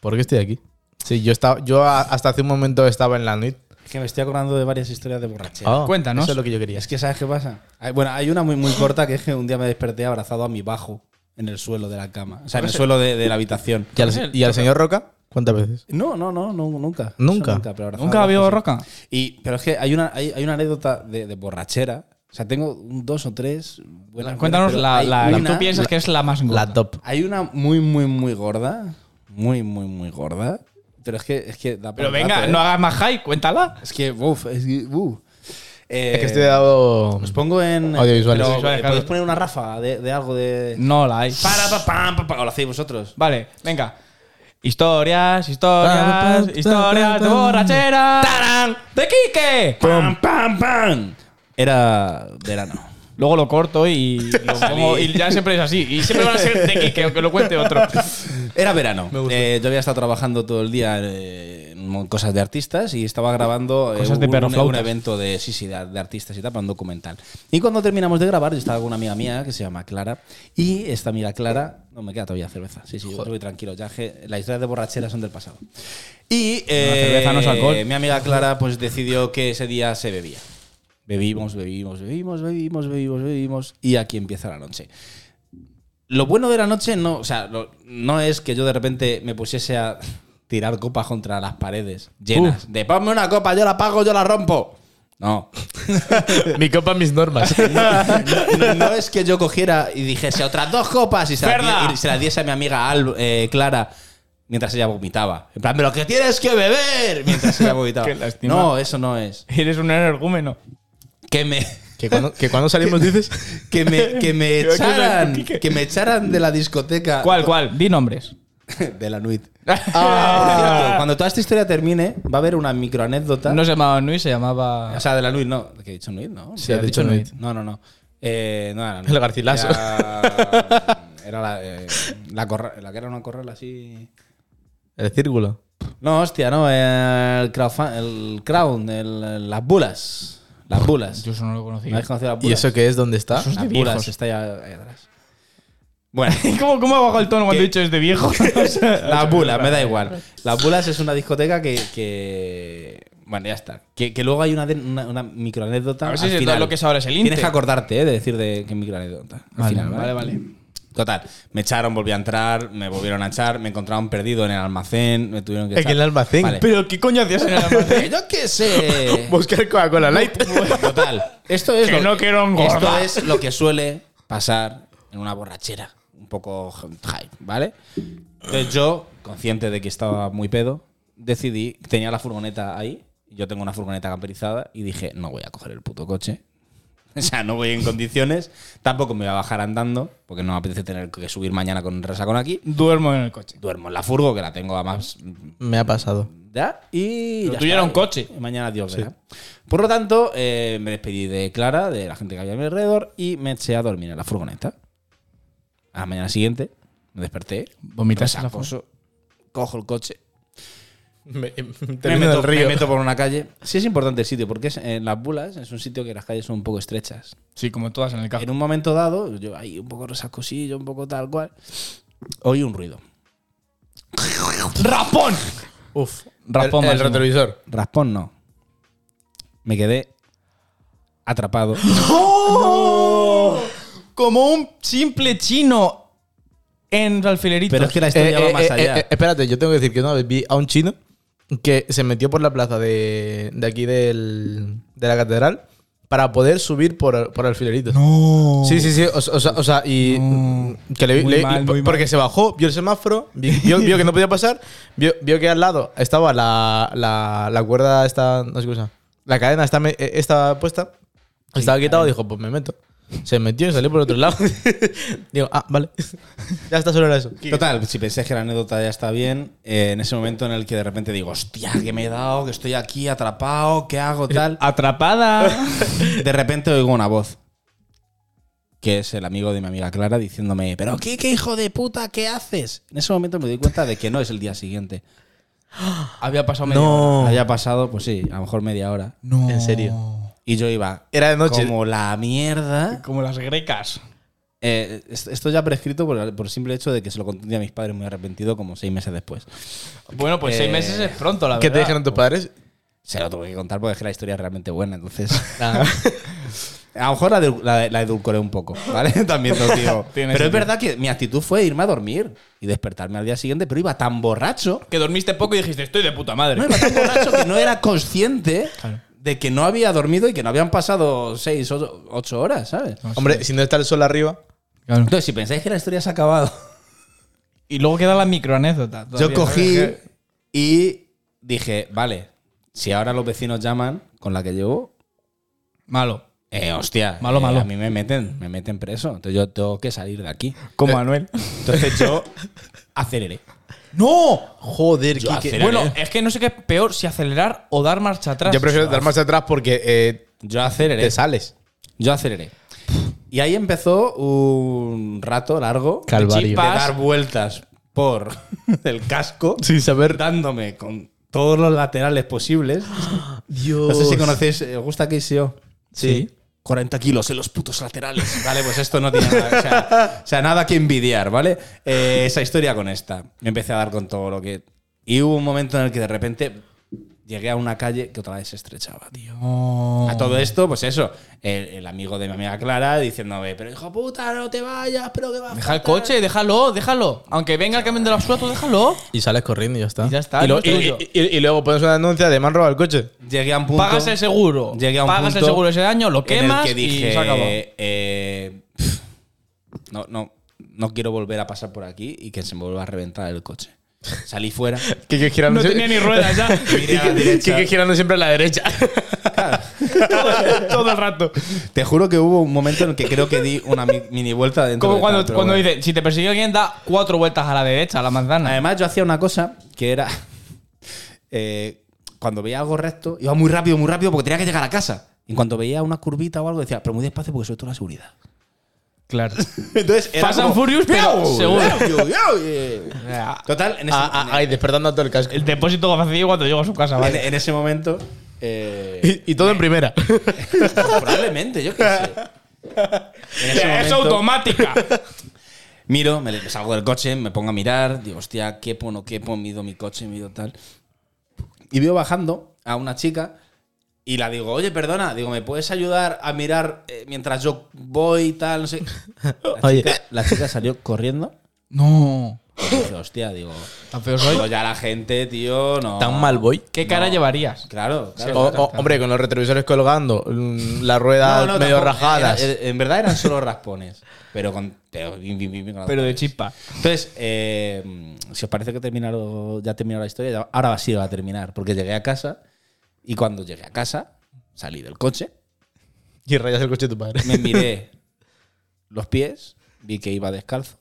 S3: ¿por qué estoy aquí? Sí, yo, estaba, yo a- hasta hace un momento estaba en la NUIT.
S1: Es que me estoy acordando de varias historias de borrachera.
S3: Ah,
S2: Cuéntanos.
S3: Eso es lo que yo quería.
S1: Es que ¿sabes qué pasa? Hay- Bueno, hay una muy, muy corta que es que un día me desperté abrazado a mi bajo en el suelo de la cama. O sea, en el suelo de, de la habitación.
S3: ¿Y al, y al señor Roca? ¿Cuántas veces?
S1: No, no, no, no, nunca.
S3: Nunca.
S1: Eso pero abrazado
S2: ¿Nunca ha
S1: a
S2: habido
S1: Roca,
S2: roca?
S1: sí. Y, pero es que hay una, hay, hay una anécdota de, de borrachera. O sea, tengo un- dos o tres. buenas,
S2: Cuéntanos
S1: pero
S2: la,
S1: hay
S2: la que
S1: una-
S2: tú piensas que es la más gorda.
S3: La top.
S1: Hay una muy, muy, muy gorda. Muy, muy, muy gorda. Pero es que, es que da para
S2: Pero
S1: un
S2: venga,
S1: rato, ¿eh?
S2: no hagas más high, cuéntala.
S1: Es que, uff, es que, uf. Eh,
S3: Es que estoy dado.
S1: Os pongo en. Pero,
S3: Audiovisuales.
S2: Audiovisuales,
S1: eh,
S2: claro.
S1: ¿Podéis poner una ráfaga de, de algo de.?
S2: No la hay.
S1: Para, pa, pam, pa, pa, o lo hacéis vosotros.
S2: Vale, venga. Historias, historias,
S3: Pam, pam, pam,
S2: historias de
S3: pam, pam.
S2: borrachera. ¡De Quique!
S1: ¡Pam, pam, pam! Era verano.
S2: Luego lo corto [laughs] y lo pongo. Y ya siempre es así. Y siempre van a ser de Quique, aunque lo cuente otro.
S1: Era verano. Eh, yo había estado trabajando todo el día eh, en cosas de artistas y estaba grabando eh,
S2: Cosas de
S1: un, un-
S2: perroflautas.
S1: un evento de, sí, sí, de, de artistas y tal, para un documental. Y cuando terminamos de grabar, yo estaba con una amiga mía que se llama Clara y esta mira Clara, no me queda todavía cerveza. Sí, sí, yo estoy tranquilo. Ya que las historias de borracheras son del pasado. Y eh,
S2: cerveza no es alcohol.
S1: mi amiga Clara pues decidió que ese día se bebía. Bebimos, bebimos, bebimos, bebimos, bebimos, bebimos y aquí empieza la noche. Lo bueno de la noche no, o sea, lo- no es que yo de repente me pusiese a tirar copas contra las paredes llenas. De ponme una copa, yo la pago, yo la rompo. No.
S3: Mi copa, mis normas.
S1: No, no es que yo cogiera y dijese otras dos copas y se las
S2: Ferda.
S1: die- y se las diese a mi amiga Al- eh, Clara mientras ella vomitaba. En plan, pero que tienes que beber mientras ella vomitaba.
S2: [laughs] Qué lástima.
S1: no, eso no es.
S2: [laughs] Eres un energúmeno.
S1: Que me,
S3: ¿Que cuando, que cuando salimos dices?
S1: que me, que
S2: [laughs]
S1: me
S2: Creo que no es
S1: echaran,
S2: Quique.
S1: que me echaran de la discoteca.
S2: ¿Cuál, cuál? Di nombres.
S1: [laughs] De la
S2: [laughs]
S1: nuit. Ah, Por cierto, Cuando toda esta historia termine, va a haber una microanécdota.
S2: No se llamaba Nui, se llamaba.
S1: o sea, de la nuit, no. ¿Qué he dicho nuit, no?
S3: Sí, has dicho Nuit.
S1: No, no, no. Eh, no era Nuit.
S3: [laughs] El Garcilaso.
S1: Era, era la, eh, la, corra- la que era una corral así.
S3: El círculo.
S1: No, hostia, no. El crowdfund, el crown, el- las bulas. Las bulas.
S2: Yo eso no lo conocí.
S1: ¿No habéis conocido las bulas?
S3: ¿Y eso qué es? ¿Dónde está?
S2: Eso es de
S1: Las
S2: viejos.
S1: bulas, está ahí, ahí atrás. Bueno.
S2: [laughs]
S1: [laughs]
S2: ¿Cómo, ¿Cómo ha bajado el tono cuando
S1: ¿Qué?
S2: he dicho es de [laughs] viejo? O sea,
S1: Las Bulas, me da igual. Las Bulas es una discoteca que. que- bueno, ya está. Que, que luego hay una, de- una, una microanécdota.
S2: A ver si
S1: al
S2: es de
S1: final.
S2: todo lo que es ahora es el
S1: Tienes
S2: Inte.
S1: que acordarte eh, de decir de qué microanécdota. al
S2: Vale,
S1: final,
S2: vale, vale.
S1: Total, me echaron, volví a entrar, me volvieron a echar, me encontraron perdido en el almacén, me tuvieron que
S3: En
S1: echar.
S3: el almacén.
S1: Vale.
S2: Pero ¿qué coño hacías en el almacén?
S1: Eh, Yo qué
S2: [laughs]
S1: sé.
S3: Buscar Coca-Cola Light.
S1: Total, esto es,
S2: Que no quiero engordar.
S1: esto es lo que suele pasar en una borrachera, un poco hype, ¿vale? Entonces yo, consciente de que estaba muy pedo, decidí, tenía la furgoneta ahí, yo tengo una furgoneta camperizada y dije, no voy a coger el puto coche. [laughs] O sea, no voy en condiciones, tampoco me voy a bajar andando, porque no me apetece tener que subir mañana con un resacón aquí.
S2: Duermo en el coche.
S1: Duermo en la furgo, que la tengo a más
S3: Me ha pasado.
S1: ¿Ya? Y.
S2: Lo
S1: ya
S2: tuyo
S1: está.
S2: era un coche.
S1: Y Mañana Dios verá. Por lo tanto, eh, me despedí de Clara, de la gente que había a mi alrededor, y me eché a dormir en la furgoneta. A la mañana siguiente me desperté.
S2: ¿Vomitas en la
S1: resacoso, Cojo el coche.
S3: Me, em,
S1: Me
S3: meto,
S1: meto,
S3: río.
S1: me meto por una calle. Sí es importante el sitio, porque es, en las bulas es un sitio que las calles son un poco estrechas.
S2: Sí, como todas en el
S1: En
S2: cajón.
S1: un momento dado, yo ahí un poco resacosillo, un poco tal cual, oí un ruido.
S2: ¡Rapón!
S3: Uf.
S2: Raspón
S3: el, el
S2: máximo.
S3: retrovisor.
S1: Raspón no. Me quedé atrapado.
S2: Como un simple chino en alfilerito.
S1: Pero es que la historia
S3: Eh,
S1: va
S3: eh,
S1: más
S3: eh,
S1: allá.
S3: eh, espérate, yo tengo que decir que una vez vi a un chino que se metió por la plaza de, de aquí del- de la catedral para poder subir por, por alfileritos.
S2: No.
S3: Sí, sí, sí. O, o sea, o sea, y.
S2: No.
S3: Que le, vi-
S2: Muy
S3: le-
S2: mal, muy mal.
S3: porque se bajó, vio el semáforo,
S2: [laughs]
S3: vi- vio, vio que no podía pasar, vio, vio que al lado estaba la, la, la cuerda, esta. No sé qué cosa. La cadena está, me- eh, está puesta. Estaba quitado, dijo, pues me meto. Se metió y salió por el otro lado. [laughs] Digo, ah,
S2: [laughs]
S3: vale. ya está, solo era eso.
S1: Total, si pensáis que la anécdota ya está bien, eh, en ese momento en el que de repente digo, hostia, que me he dado, que estoy aquí atrapado, ¿qué hago? Tal.
S2: Atrapada.
S1: De repente oigo una voz. Que es el amigo de mi amiga Clara diciéndome, pero qué, qué hijo de puta, ¿qué haces? En ese momento me doy cuenta de que no es el día siguiente.
S2: Había pasado media hora.
S3: No.
S1: Haya pasado, pues sí, a lo mejor media hora.
S2: No.
S3: En serio.
S1: Y yo iba
S3: Era de noche.
S1: como la mierda.
S2: Como las grecas.
S1: Eh, est- esto ya prescrito por, por el simple hecho de que se lo conté a mis padres muy arrepentido como seis meses después.
S2: Bueno, pues seis
S1: Eh,
S2: meses es pronto, la
S3: ¿Qué te
S2: verdad.
S3: dijeron tus padres?
S1: Se lo tuve que contar porque es que la historia es realmente buena, entonces.
S3: Nada.
S1: [laughs] A lo mejor la, edul- la- la edulcoré un poco, ¿vale? [laughs] También te lo digo.
S2: [laughs] Tiene
S1: pero es
S2: sentido.
S1: verdad que mi actitud fue irme a dormir y despertarme al día siguiente, pero iba tan borracho,
S2: Que dormiste poco y dijiste, estoy de puta madre.
S1: no, iba tan borracho que no era consciente
S2: [laughs] Claro.
S1: de que no había dormido y que no habían pasado seis, ocho, ocho horas, ¿sabes?
S3: Hombre, si no está el sol arriba.
S2: Claro.
S1: Entonces, si pensáis que la historia se ha acabado,
S2: Y luego queda la microanécdota.
S1: yo
S2: todavía,
S1: cogí
S2: ¿sabes? Que-
S1: y dije, vale, si ahora los vecinos llaman con la que llevo,
S2: Malo.
S1: eh, hostia,
S2: Malo,
S1: eh,
S2: malo.
S1: a mí me meten, me meten preso, entonces yo tengo que salir de aquí.
S2: Como Manuel.
S1: Entonces yo aceleré.
S2: ¡No!
S3: Joder,
S1: Yo
S3: Quique.
S1: aceleré.
S2: Bueno, es que no sé qué es peor, si acelerar o dar marcha atrás.
S3: Yo prefiero dar marcha atrás porque eh,
S1: Yo aceleré.
S3: te sales.
S1: Yo aceleré. Y ahí empezó un rato largo
S3: Calvario.
S1: de
S2: Pas-
S1: dar vueltas por [laughs] el casco,
S3: Sin saber.
S1: dándome con todos los laterales posibles.
S3: Dios.
S1: No sé si conocéis, eh, ¿os gusta KCO?
S3: Sí.
S1: 40 kilos en los putos laterales. [laughs] Vale, pues esto no tiene nada. O sea, o sea, nada que envidiar, ¿vale? Eh, esa historia con esta. Me empecé a dar con todo lo que. Y hubo un momento en el que de repente llegué a una calle que otra vez se estrechaba, tío. A todo esto, pues eso, el, el amigo de mi amiga Clara diciéndome, pero hijo puta, no te vayas, pero que vas a
S2: Deja el
S1: faltar".
S2: coche, déjalo, déjalo. Aunque venga el camión de la basura, tú déjalo.
S3: Y sales corriendo y ya está.
S2: Y ya está,
S3: Y, lo-
S2: no es
S3: y-
S2: tuyo.
S3: y- y- y luego pones una denuncia de me han robado el coche.
S1: Llegué a un punto.
S2: pagas el seguro.
S1: Llegué a un
S2: pagas el
S1: punto
S2: seguro ese daño, lo
S1: en el
S2: quemas
S1: que dije,
S2: y se acabó.
S1: eh, pf, no, no, no quiero volver a pasar por aquí y que se me vuelva a reventar el coche. Salí
S2: [laughs]
S1: fuera.
S3: Que, que girando
S2: No tenía ni ruedas ya.
S1: Miré a la
S3: Que,
S1: derecha.
S3: que girando siempre a la derecha.
S2: [laughs] todo el rato.
S1: Te juro que hubo un momento en el que creo que di una mi- mini vuelta dentro
S2: Como
S1: de
S2: cuando,
S1: tal, pero
S2: cuando
S1: bueno.
S2: dice, si te persigue alguien, da cuatro vueltas a la derecha, a la manzana.
S1: Además, yo hacía una cosa que era. [laughs] eh, cuando veía algo recto, iba muy rápido, muy rápido, porque tenía que llegar a casa. Y en cuanto veía una curvita o algo, decía, pero muy despacio porque soy toda la seguridad. [laughs]
S2: claro.
S1: Entonces, era
S2: Fast and
S1: como,
S2: Furious, pero
S1: "Miau,
S2: [laughs] seguro".
S1: miau, miau, miau. Total, en ese,
S3: Ah, ah, Ay, despertando a todo el
S2: [laughs]
S3: casco.
S2: El depósito vacío cuando llego a su casa,
S1: en-
S2: [laughs] ¿vale?
S1: en ese momento. eh,
S3: Y, y todo
S2: [laughs]
S3: en primera.
S1: [laughs] probablemente, yo qué sé. En
S3: [laughs]
S1: ese
S2: es
S1: momento,
S2: automática.
S1: Miro, me le- salgo del coche, me pongo a mirar, digo, hostia, qué no qué mido mi coche, mido tal. Y veo bajando a una chica y la digo, oye, perdona, digo, ¿me puedes ayudar a mirar eh, mientras yo voy y tal? No
S3: [laughs]
S1: sé. La
S3: Oye.
S1: chica, la chica salió corriendo.
S2: [laughs] no.
S1: Y dije, hostia, digo,
S2: Tan feo
S1: digo,
S2: soy.
S1: ya la gente, tío, no.
S3: Tan mal voy.
S2: ¿Qué cara llevarías?
S1: Claro, claro.
S3: O- o- hombre, con los retrovisores colgando, mm, las ruedas
S1: No, no,
S3: medio
S1: tampoco,
S3: rajadas.
S1: era- era- en verdad eran solo raspones. Pero con. Pero, bim, bim, bim, con las
S2: Pero de
S1: paredes.
S2: chispa.
S1: Entonces, eh, si os parece que he terminado- ya ha terminado la historia, ya- ahora sí va a terminar. Porque llegué a casa y cuando llegué a casa, salí del coche,
S3: y rayas el coche de
S1: [laughs]
S3: tu padre.
S1: me miré los pies, vi que iba descalzo.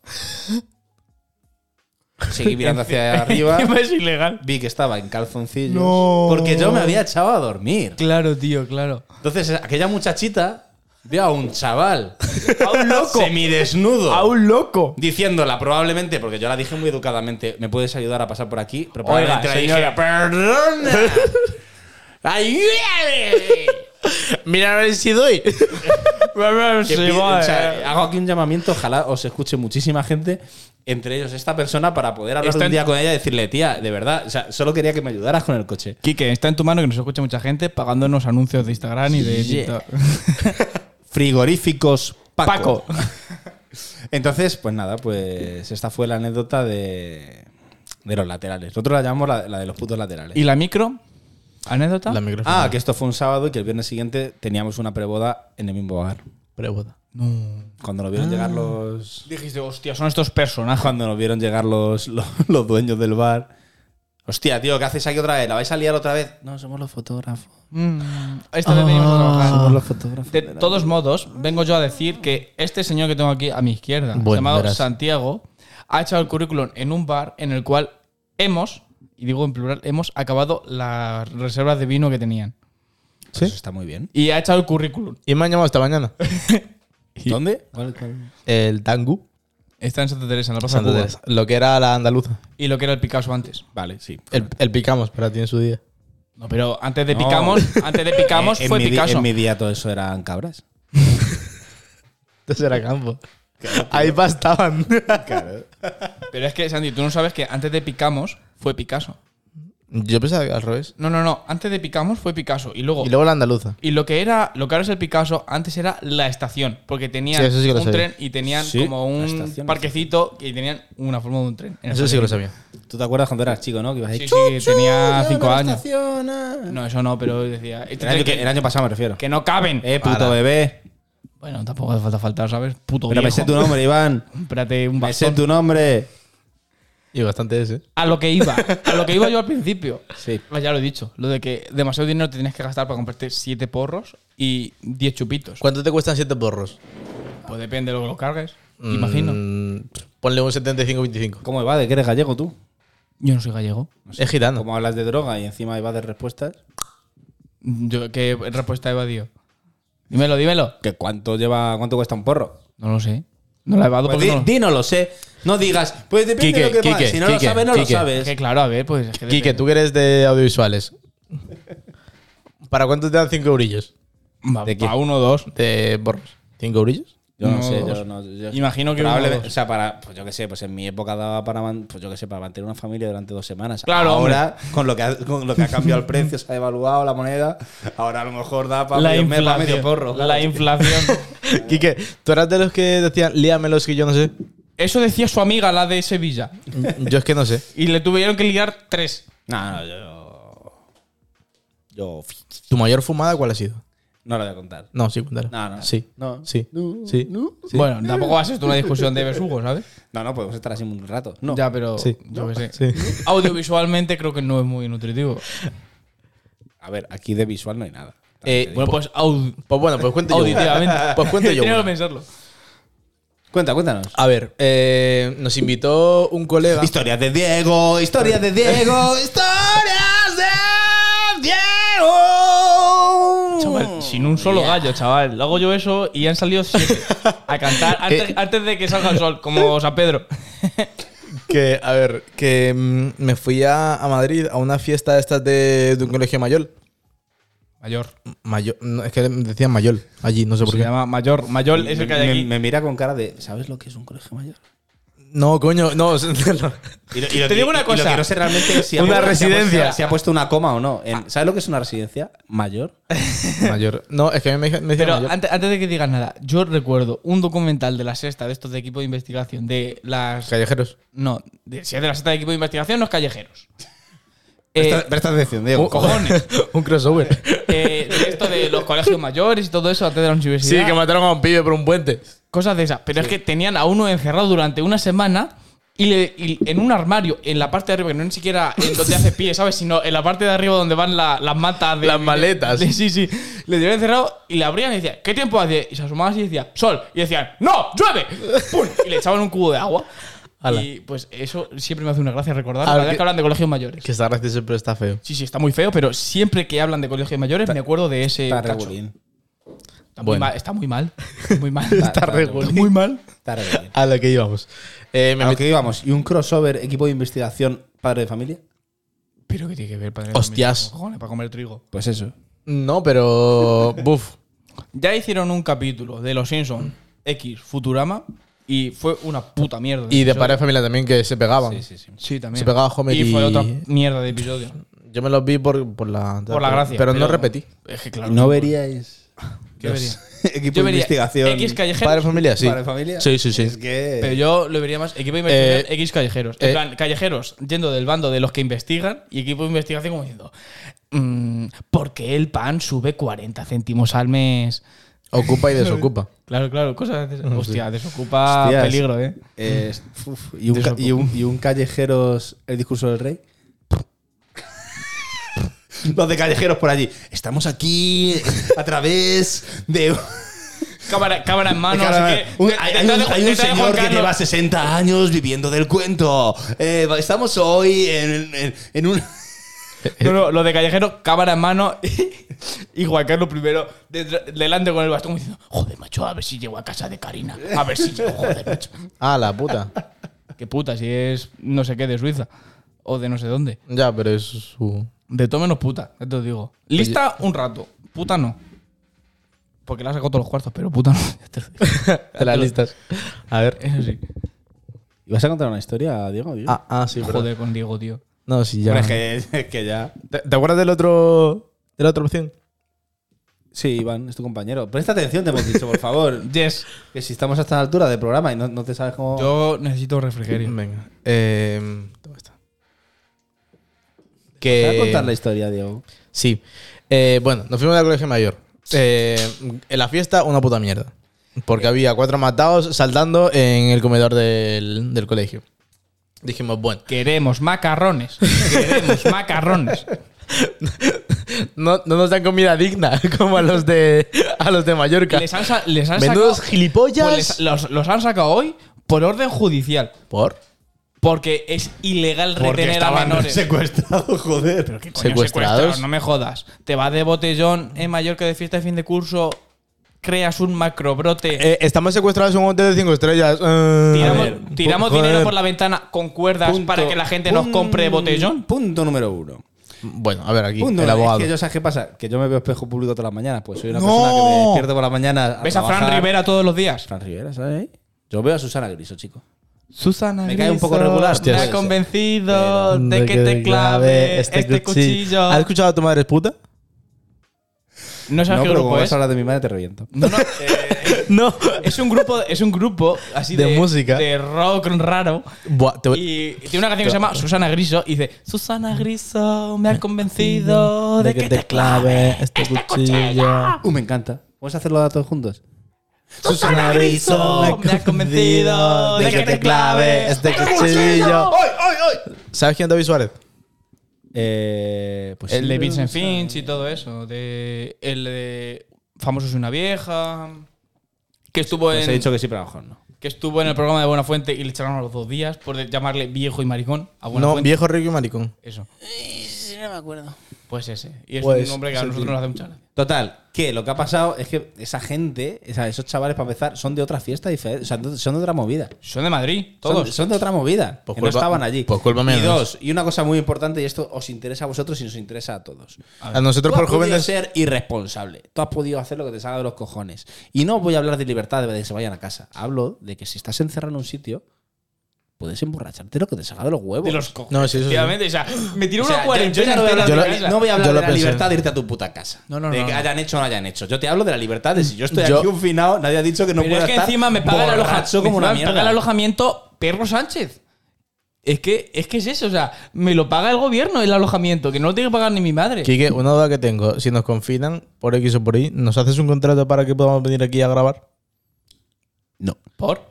S1: Seguí mirando hacia arriba,
S2: [laughs] es ilegal.
S1: vi que estaba en calzoncillos.
S2: No.
S1: Porque yo me había echado a dormir.
S2: Claro, tío, claro.
S1: Entonces, aquella muchachita vio a un chaval, a un
S2: loco.
S1: semidesnudo.
S2: un loco.
S1: diciéndola probablemente, porque yo la dije muy educadamente, ¿me puedes ayudar a pasar por aquí? Pero
S2: Oiga,
S1: probablemente la
S2: señora. pues
S1: dije,
S2: [laughs]
S1: perdona. Ayúdame.
S3: Mira a ver si doy.
S1: Que
S2: Se
S1: pide-
S2: va,
S1: o sea,
S2: eh.
S1: hago aquí un llamamiento, ojalá os escuche muchísima gente, entre ellos esta persona, para poder hablar
S2: Está
S1: un
S2: en-
S1: día con ella y decirle, tía, de verdad, o sea, solo quería que me ayudaras con el coche.
S2: Quique, está en tu mano que nos escucha mucha gente pagándonos anuncios de Instagram y de
S1: Yeah.
S2: TikTok. [laughs]
S1: [laughs] Frigoríficos Paco.
S2: Paco.
S1: Entonces, pues nada, pues esta fue la anécdota de, de los laterales. Nosotros la llamamos la, la de los putos laterales.
S2: ¿Y la micro? ¿Anécdota?
S3: La micrófono.
S1: Ah, que esto fue un sábado y que el viernes siguiente teníamos una preboda en el mismo bar.
S3: Pregúntale.
S2: No.
S1: Cuando nos vieron
S2: Ah.
S1: llegar los.
S2: Dijiste, hostia, son estos personajes.
S1: Cuando nos vieron llegar los, los, los dueños del bar. Hostia, tío, ¿qué hacéis aquí otra vez? ¿La vais a liar otra vez? No, somos los fotógrafos.
S2: Mm, Esta vez venimos a
S1: Ah. Somos
S2: trabajar.
S1: los fotógrafos.
S2: De
S1: de la-
S2: todos modos, vengo yo a decir que este señor que tengo aquí a mi izquierda,
S3: Bueno,
S2: llamado
S3: verás.
S2: Santiago, ha echado el currículum en un bar en el cual hemos, y digo en plural, hemos acabado las reservas de vino que tenían.
S1: Pues eso está muy bien.
S2: Y ha echado el currículum.
S3: Y me han llamado esta mañana.
S1: ¿Dónde?
S3: El Tangu.
S2: Está en Santa Teresa, en la Plaza
S3: Santa
S2: Cuba.
S3: Teresa. Lo que era la andaluza.
S2: Y lo que era el Picasso antes.
S1: Vale, sí.
S3: El, el picamos, pero tiene su día.
S2: No, pero antes de
S1: No.
S2: Picamos,
S1: [laughs]
S2: antes de Picamos
S1: Eh, en
S2: fue
S1: mi di-
S2: Picasso.
S1: En mi día todo eso eran cabras.
S3: Entonces era campo. Ahí pastaban. [laughs]
S1: Claro.
S2: Pero es que, Santi, tú no sabes que antes de Picamos fue Picasso.
S3: Yo pensaba que al revés.
S2: No, no, no. Antes de Picamos fue Picasso. Y luego.
S3: Y luego la andaluza.
S2: Y lo que era, lo que ahora es el Picasso, antes era la estación, porque tenían
S3: Sí, eso sí que lo
S2: un
S3: sabía.
S2: tren y tenían
S1: Sí,
S2: como
S1: la
S2: un
S1: estación,
S2: parquecito y tenían una forma de un tren. Era
S3: Eso sí que lo sabía.
S1: ¿Tú te acuerdas cuando eras chico, no? Que ibas ahí,
S2: Sí, sí,
S1: "Chuchu,
S2: tenía
S1: llega
S2: cinco
S1: la
S2: años".
S1: estación, ah".
S2: No, eso no, pero decía. este
S1: El año,
S2: tren
S1: que-
S2: que,
S1: el año pasado me refiero.
S2: que no caben.
S1: Eh, puto
S3: Para.
S1: bebé.
S2: Bueno, tampoco hace falta faltar, ¿sabes? Puto
S1: Pero me sé
S2: viejo.
S1: tu nombre, Iván.
S2: Cómprate [laughs] un
S1: Me sé
S2: bastón.
S1: tu nombre.
S3: Y bastante ese.
S2: A lo que iba, a lo que iba yo al principio.
S1: Sí.
S2: Pues Ya lo he dicho, lo de que demasiado dinero te tienes que gastar para comprarte 7 porros y 10 chupitos.
S3: ¿Cuánto te cuestan siete porros?
S2: Pues depende de lo que lo cargues, imagino.
S3: Mm, ponle un 75-25.
S1: ¿Cómo va? ¿De qué eres gallego tú?
S2: Yo no soy gallego.
S3: Es gitano.
S1: Como hablas de droga y encima va de respuestas.
S2: Yo, ¿Qué respuesta he evadido? Dímelo, dímelo.
S1: ¿Que cuánto lleva, cuánto cuesta un porro?
S2: No lo sé. No la he evado
S1: Pues
S2: porque
S1: di,
S2: no lo-
S1: di no lo sé. No digas, pues depende
S3: Quique,
S1: de lo que pagas.
S3: Quique,
S1: Si no
S3: Quique,
S1: lo sabes, no
S3: Quique.
S1: lo
S2: Es
S1: sabes.
S2: que claro, a ver, pues es que
S3: Quique,
S2: depende.
S3: tú que eres de audiovisuales. ¿Para cuánto te dan cinco eurillos?
S2: Va,
S1: ¿De qué?
S2: va uno o dos.
S3: De porros. ¿Cinco eurillos?
S1: Yo no,
S2: No,
S1: sé,
S2: dos.
S1: yo no. yo-
S2: Imagino que
S1: probablemente-
S2: uno o dos.
S1: O sea, para. Pues yo qué sé, pues en mi época daba para. man- Pues yo qué sé, para mantener una familia durante dos semanas.
S2: Claro,
S1: Ahora, con lo, que ha, con lo que ha cambiado el precio, se ha devaluado la moneda. Ahora a lo mejor da para
S2: La
S1: medio, mes, para medio
S2: inflación.
S1: porro. claro.
S2: La inflación.
S3: Quique, ¿tú eras de los que decían líamelos que yo no sé? Mm,
S2: Eso decía su amiga, la de Sevilla.
S3: Yo es que no sé.
S2: Y le tuvieron que liar tres.
S1: No, no, yo. Yo.
S3: ¿Tu mayor fumada cuál ha sido?
S1: No lo voy a contar.
S3: No, sí, cuéntalo.
S1: No, no.
S3: Sí.
S1: No.
S3: Sí. Sí. Sí.
S2: Bueno, tampoco va a ser esto una discusión de besugos, ¿sabes?
S1: No, no, podemos estar así un rato. No.
S2: Ya, pero
S3: Sí.
S2: yo qué sé.
S3: Sí.
S2: Audiovisualmente creo que no es muy nutritivo.
S1: A ver, aquí de visual no hay nada.
S3: Eh,
S1: También te digo.
S2: Bueno, pues au-
S3: Pues bueno, pues cuento yo.
S2: auditivamente.
S3: una. Pues cuento
S2: [laughs]
S3: yo.
S2: Tenía que
S3: una.
S2: pensarlo.
S1: Cuenta, cuéntanos.
S3: A ver, eh, nos invitó un
S2: Ah,
S3: colega.
S1: Historias de Diego, historias de Diego,
S2: [laughs]
S1: historias de Diego.
S2: Chaval, sin un solo gallo, chaval. Luego yo eso y han salido siete a cantar antes,
S3: Eh.
S2: antes de que salga el sol, como San Pedro.
S3: Que, a ver, que mm, me fui a, a Madrid a una fiesta de estas de, de un colegio mayor.
S2: Mayor.
S3: Mayor, no, es que decían mayor allí, no sé por
S2: Se
S3: qué.
S2: llama Mayor. Mayor es el que hay
S1: me,
S2: aquí.
S1: me mira con cara de, ¿sabes lo que es un colegio mayor?
S3: No, coño, no. [laughs] no.
S1: Y lo- y lo
S2: Te
S1: que-
S2: digo una
S1: y lo
S2: cosa.
S1: que no sé realmente si ha
S3: Una
S1: puesto- si ha puesto-
S3: residencia.
S1: si ha puesto una coma o no. En- ¿Sabes lo que es una residencia mayor?
S3: mayor. No, es que a mí me, me decían
S2: Pero
S3: mayor.
S2: antes, antes de que digas nada, yo recuerdo un documental de la sexta de estos de equipo de investigación, de las.
S3: Callejeros.
S2: No, de, si es de la sexta de equipo de investigación, no es callejeros. Eh,
S1: Presta presta atención, Diego.
S2: Oh, cojones.
S3: [laughs] un crossover.
S2: eh, de esto de los colegios mayores y todo eso antes de la
S3: Sí,
S2: universidad.
S3: que mataron a un pibe por un puente.
S2: Cosas de esas. Pero es que tenían a uno encerrado durante una semana y, le- y en un armario, en la parte de arriba, que no ni siquiera en donde hace
S3: [laughs]
S2: pie, ¿sabes? Sino en la parte de arriba donde van la- las matas de.
S3: Las maletas.
S2: de- sí, sí. Le tenían encerrado y le abrían y decían, ¿qué tiempo hace? Y se asomaban así y decían, ¡sol! Y decían, ¡no! ¡llueve! ¡Pum! Y le echaban un cubo de agua.
S3: Ala.
S2: Y pues eso siempre me hace una gracia recordar
S3: A
S2: cada
S3: ver,
S2: vez
S3: que-
S2: que hablan de colegios mayores.
S3: Que está gracioso, pero está feo.
S2: Sí, sí, está muy feo, pero siempre que hablan de colegios mayores me acuerdo de ese.
S1: Está
S2: cacho.
S1: regulín.
S2: Está, muy
S3: Bueno.
S2: mal, está muy
S3: [laughs]
S2: mal. Muy mal.
S1: Está re
S3: regulín.
S2: Muy mal.
S1: Está regulín.
S3: A la que íbamos. Eh, me
S1: A lo
S3: metí-
S1: que íbamos, ¿y un crossover equipo de investigación padre de familia?
S2: Pero que tiene que ver, padre.
S3: Hostias.
S2: con cojones, Para comer trigo.
S1: Pues eso.
S3: No, pero. Buf.
S2: Ya hicieron un capítulo de Los Simpsons X Futurama y fue una puta mierda.
S3: Y de
S2: episodio.
S3: padre de familia también que se pegaban.
S1: Sí, sí, sí.
S2: Sí, también.
S3: se pegaba Homer
S2: Y fue
S3: y-
S2: otra mierda de
S3: [laughs]
S2: episodio.
S3: Yo me los vi por, por la.
S2: Por la gracia.
S3: Pero, no repetí.
S2: Es que claro.
S1: ¿No veríais
S2: Yo vería.
S1: [laughs] equipo de
S2: Yo vería
S1: investigación
S2: X callejeros.
S3: Padre de familia, sí.
S1: padre de familia?
S3: Sí, sí, sí.
S1: Es que...
S2: Pero yo lo vería más equipo de investigación, X callejeros. En
S3: eh.
S2: plan, callejeros yendo del bando de los que investigan y equipo de investigación como diciendo, "Mm, ¿por qué el pan sube 40 céntimos al mes?
S3: Ocupa y desocupa.
S2: Claro, claro, cosas de esas. Hostia, desocupa
S1: Hostias.
S2: peligro, ¿eh?
S1: Eh, uf, y, un, ca-
S2: Desocu-
S1: y, un, y un callejeros el discurso del
S2: [laughs]
S1: rey. Los de callejeros por allí. Estamos aquí a través de.
S2: Cámara, cámara en mano, así Ah, que... eh,
S1: un-
S2: te-
S1: hay,
S2: te-
S1: hay
S2: te-
S1: un,
S2: te-
S1: hay
S2: te-
S1: un
S2: te- Juan
S1: señor que
S2: Carlos.
S1: lleva 60 años viviendo del cuento. Eh, estamos hoy en, en- en un.
S2: No, no, lo de callejero, cámara en mano [laughs] y, y Juan Carlos primero detra- delante con el bastón diciendo, joder, macho, a ver si llego a casa de Karina. A ver si llego,
S1: [laughs]
S2: joder, macho.
S3: Ah, la puta.
S2: Qué puta, si es no sé qué de Suiza o de no sé dónde.
S3: Ya, pero es su.
S2: De todo menos puta, ya te lo digo. Lista un rato, puta no. Porque la has sacado todos los cuartos, pero puta no. [laughs] ya te lo
S1: [laughs]
S2: digo.
S3: De las listas. A ver.
S2: Eso sí.
S1: [laughs] ¿Ibas a contar una historia, Diego?
S3: Ah, ah sí, perdón.
S2: Joder con Diego, tío.
S3: No, sí, ya.
S1: Hombre, es, que, es que ya.
S3: ¿Te, te acuerdas del otro, de la otra opción?
S1: Sí, Iván, es tu compañero. Presta atención, te hemos dicho, por favor.
S2: Yes.
S1: que si estamos a esta altura de programa y no, no te sabes cómo.
S2: Yo necesito refrigerio.
S3: Venga. Eh, toma esta.
S1: Te
S3: Que,
S1: voy a contar la historia, Diego.
S3: Sí. Eh, bueno, nos fuimos al colegio mayor. Eh, en la fiesta, una puta mierda. Porque había cuatro matados saltando en el comedor del, del colegio. Dijimos, bueno,
S2: Queremos
S3: [laughs]
S2: macarrones. Queremos macarrones.
S3: no, no nos dan comida digna [laughs] como a los de, a los de Mallorca.
S2: Les han, sa- les han
S3: Menudos
S2: sacado.
S3: gilipollas.
S2: Pues les- los, los han sacado hoy por orden judicial.
S3: Por
S2: Porque es ilegal retener
S1: [laughs]
S2: a
S3: [laughs]
S2: menores.
S1: secuestrados, joder.
S2: ¿Qué coño secuestrados? No me jodas. Te vas de botellón en Mallorca de fiesta de fin de curso, creas un macrobrote,
S3: Eh, estamos secuestrados en un hotel de 5 estrellas. Eh,
S2: tiramos,
S3: a ver,
S2: tiramos
S3: joder.
S2: dinero por la ventana con cuerdas
S1: Punto-
S2: para que la gente nos
S1: pun-
S2: compre botellón.
S1: Punto número uno.
S3: Bueno, a ver, aquí,
S1: Punto
S3: el
S1: número-
S3: abogado.
S1: Es que yo, ¿sabes qué pasa? Que yo me veo espejo público todas las mañanas. Pues soy una
S3: No.
S1: persona que me despierto por la mañana. a
S2: ¿Ves a Fran
S1: trabajar.
S2: Rivera todos los días?
S1: Fran Rivera, ¿sabes? Yo veo a Susana Griso, chico.
S2: Susana
S1: Me cae un poco
S2: Griso,
S1: regular,
S2: Me
S1: puede
S2: ha
S1: ser.
S2: convencido de que te clave este, cuchillo.
S3: ¿Has escuchado a tu madre es puta?
S2: No sabes
S1: no,
S2: qué
S1: pero como
S2: grupo
S1: vas
S2: es.
S1: a hablar de mi madre, te reviento.
S3: No.
S2: Es un grupo, es un grupo así de,
S3: De música.
S2: de rock raro.
S3: Buah, te voy-
S2: Y tiene una canción que se llama Susana Griso y dice Susana Griso me ha convencido de que te clave
S3: este cuchillo.
S1: Uh, [laughs] me encanta. ¿Vamos a hacerlo todos juntos?
S2: Susana Griso me ha convencido de que te clave este
S3: cuchillo.
S1: ¡Ay, ay, ay!
S3: ¿Sabes quién es David Suárez?
S1: Eh, pues
S2: El
S1: sí,
S2: de
S1: pero
S2: Vincent
S1: no sé.
S2: Finch y todo eso. De, el de Famoso es una vieja. Que estuvo,
S1: Pues he
S2: en,
S1: dicho que sí, pero a lo mejor no.
S2: que estuvo en el programa de Buena Fuente y le echaron a los dos días por llamarle viejo y maricón a Buena
S3: No,
S2: Fuente.
S3: viejo, rico y maricón.
S2: Eso. no me acuerdo. Pues ese. Y es
S3: Pues,
S2: un hombre que a
S3: sí,
S2: nosotros
S3: sí.
S2: nos hace mucha gracia.
S1: Total, que lo que ha pasado es que esa gente, o sea, esos chavales, para empezar, son de otra fiesta diferente. O sea, son de otra movida.
S2: Son de Madrid,
S1: Son-
S2: todos.
S1: Son, de otra movida.
S3: Pues
S1: que
S3: culpa-
S1: no estaban allí.
S3: pues culpa mía
S1: y
S3: no
S1: dos, y una cosa muy importante, y esto os interesa a vosotros y nos interesa a todos.
S3: A, nosotros por
S1: has podido
S3: jóvenes.
S1: ser irresponsable. Tú has podido hacer lo que te salga de los cojones. Y no voy a hablar de libertad de que se vayan a casa. Hablo de que si estás encerrado en un sitio, puedes emborracharte lo que te salga de los huevos.
S2: de los cojones.
S3: No, sí, eso sí.
S2: Efectivamente, o sea, me tiró
S1: O sea,
S2: una
S1: yo-
S2: cuarentena
S1: yo no voy a
S2: entera
S1: hablar
S3: yo
S2: de
S1: de
S3: lo-
S1: la-
S2: casa.
S1: no voy a hablar
S3: yo lo
S1: de la
S3: pensé.
S1: libertad de irte a tu puta casa.
S2: No, no,
S1: de
S2: no,
S1: que
S2: no.
S1: hayan hecho o no hayan hecho. Yo te hablo de la libertad de si yo estoy
S3: Mm, Yo-
S1: aquí un finado, nadie ha dicho que no
S2: Pero
S1: pueda
S2: es que
S1: estar
S2: encima me paga, el aloja-
S1: borracho como
S2: me
S1: una
S2: paga el
S1: mierda.
S2: alojamiento Perro Sánchez. Es que, es que es eso, o sea, me lo paga el gobierno el alojamiento, que no lo tiene que pagar ni mi madre.
S3: Quique, una duda que tengo. Si nos confinan por X o por Y, ¿nos haces un contrato para que podamos venir aquí a grabar?
S1: No,
S2: ¿Por?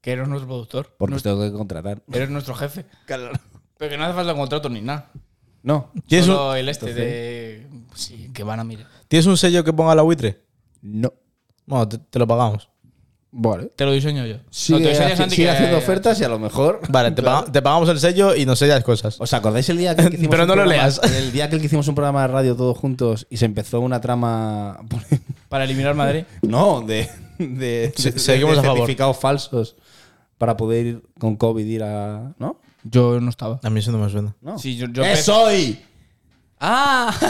S2: Que eres nuestro productor.
S1: porque os
S2: Nuestro-
S1: tengo que contratar.
S2: Eres nuestro jefe. Pero que no hace falta contrato ni nada.
S1: No,
S3: ¿Tienes
S2: Solo
S3: un,
S2: el este de. Sí, que van a mirar.
S3: ¿Tienes un sello que ponga la buitre?
S1: no.
S3: Bueno, te, te lo pagamos.
S1: Vale.
S2: Te lo diseño yo.
S1: Sigue,
S2: No, te diseñas
S1: haci-
S2: antes
S1: sigue
S2: que- [laughs]
S1: haciendo ofertas y a lo mejor.
S3: Vale, te, paga- te pagamos el sello y nos sellas cosas.
S1: ¿Os acordáis el día que hicimos
S3: Pero
S1: un
S3: no lo
S1: programa-
S3: leas.
S1: El día que hicimos un programa de radio todos juntos y se empezó una trama. [laughs]
S2: Para eliminar Madrid.
S1: no, de. de,
S3: Se-
S1: de-
S3: seguimos
S1: de
S3: a favor.
S1: certificados falsos para poder ir con COVID ir a. ¿No?
S2: Yo no estaba.
S3: A mí eso no me suena.
S1: No. ¡Eh,
S2: Sí, yo- yo
S1: ¡Es
S2: pe-
S1: hoy!
S2: ¡Ah! [laughs]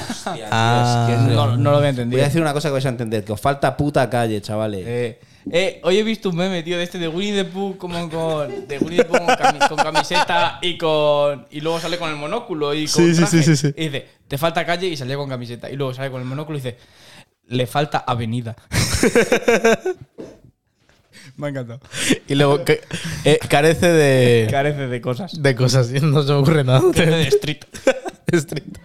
S3: Ah.
S1: Dios, que es-
S2: no, no lo
S1: Voy
S2: había entendido.
S1: a decir una cosa que vais a entender: que os falta puta calle, chavales.
S2: Eh, eh, hoy he visto un meme, tío, de este de Winnie the Pooh como con, de Winnie the Pooh con, cami- con camiseta y con y luego sale con el monóculo y con
S3: Sí, sí,
S2: traje.
S3: sí, sí, sí.
S2: Y dice, te falta calle y salía con camiseta y luego sale con el monóculo y dice, le falta avenida. Me ha encantado.
S3: Y luego ca- eh, carece de,
S2: Eh. Carece de
S3: [laughs]
S2: cosas.
S3: de cosas. No se me ocurre nada.
S2: Carece de street.
S3: Estricto.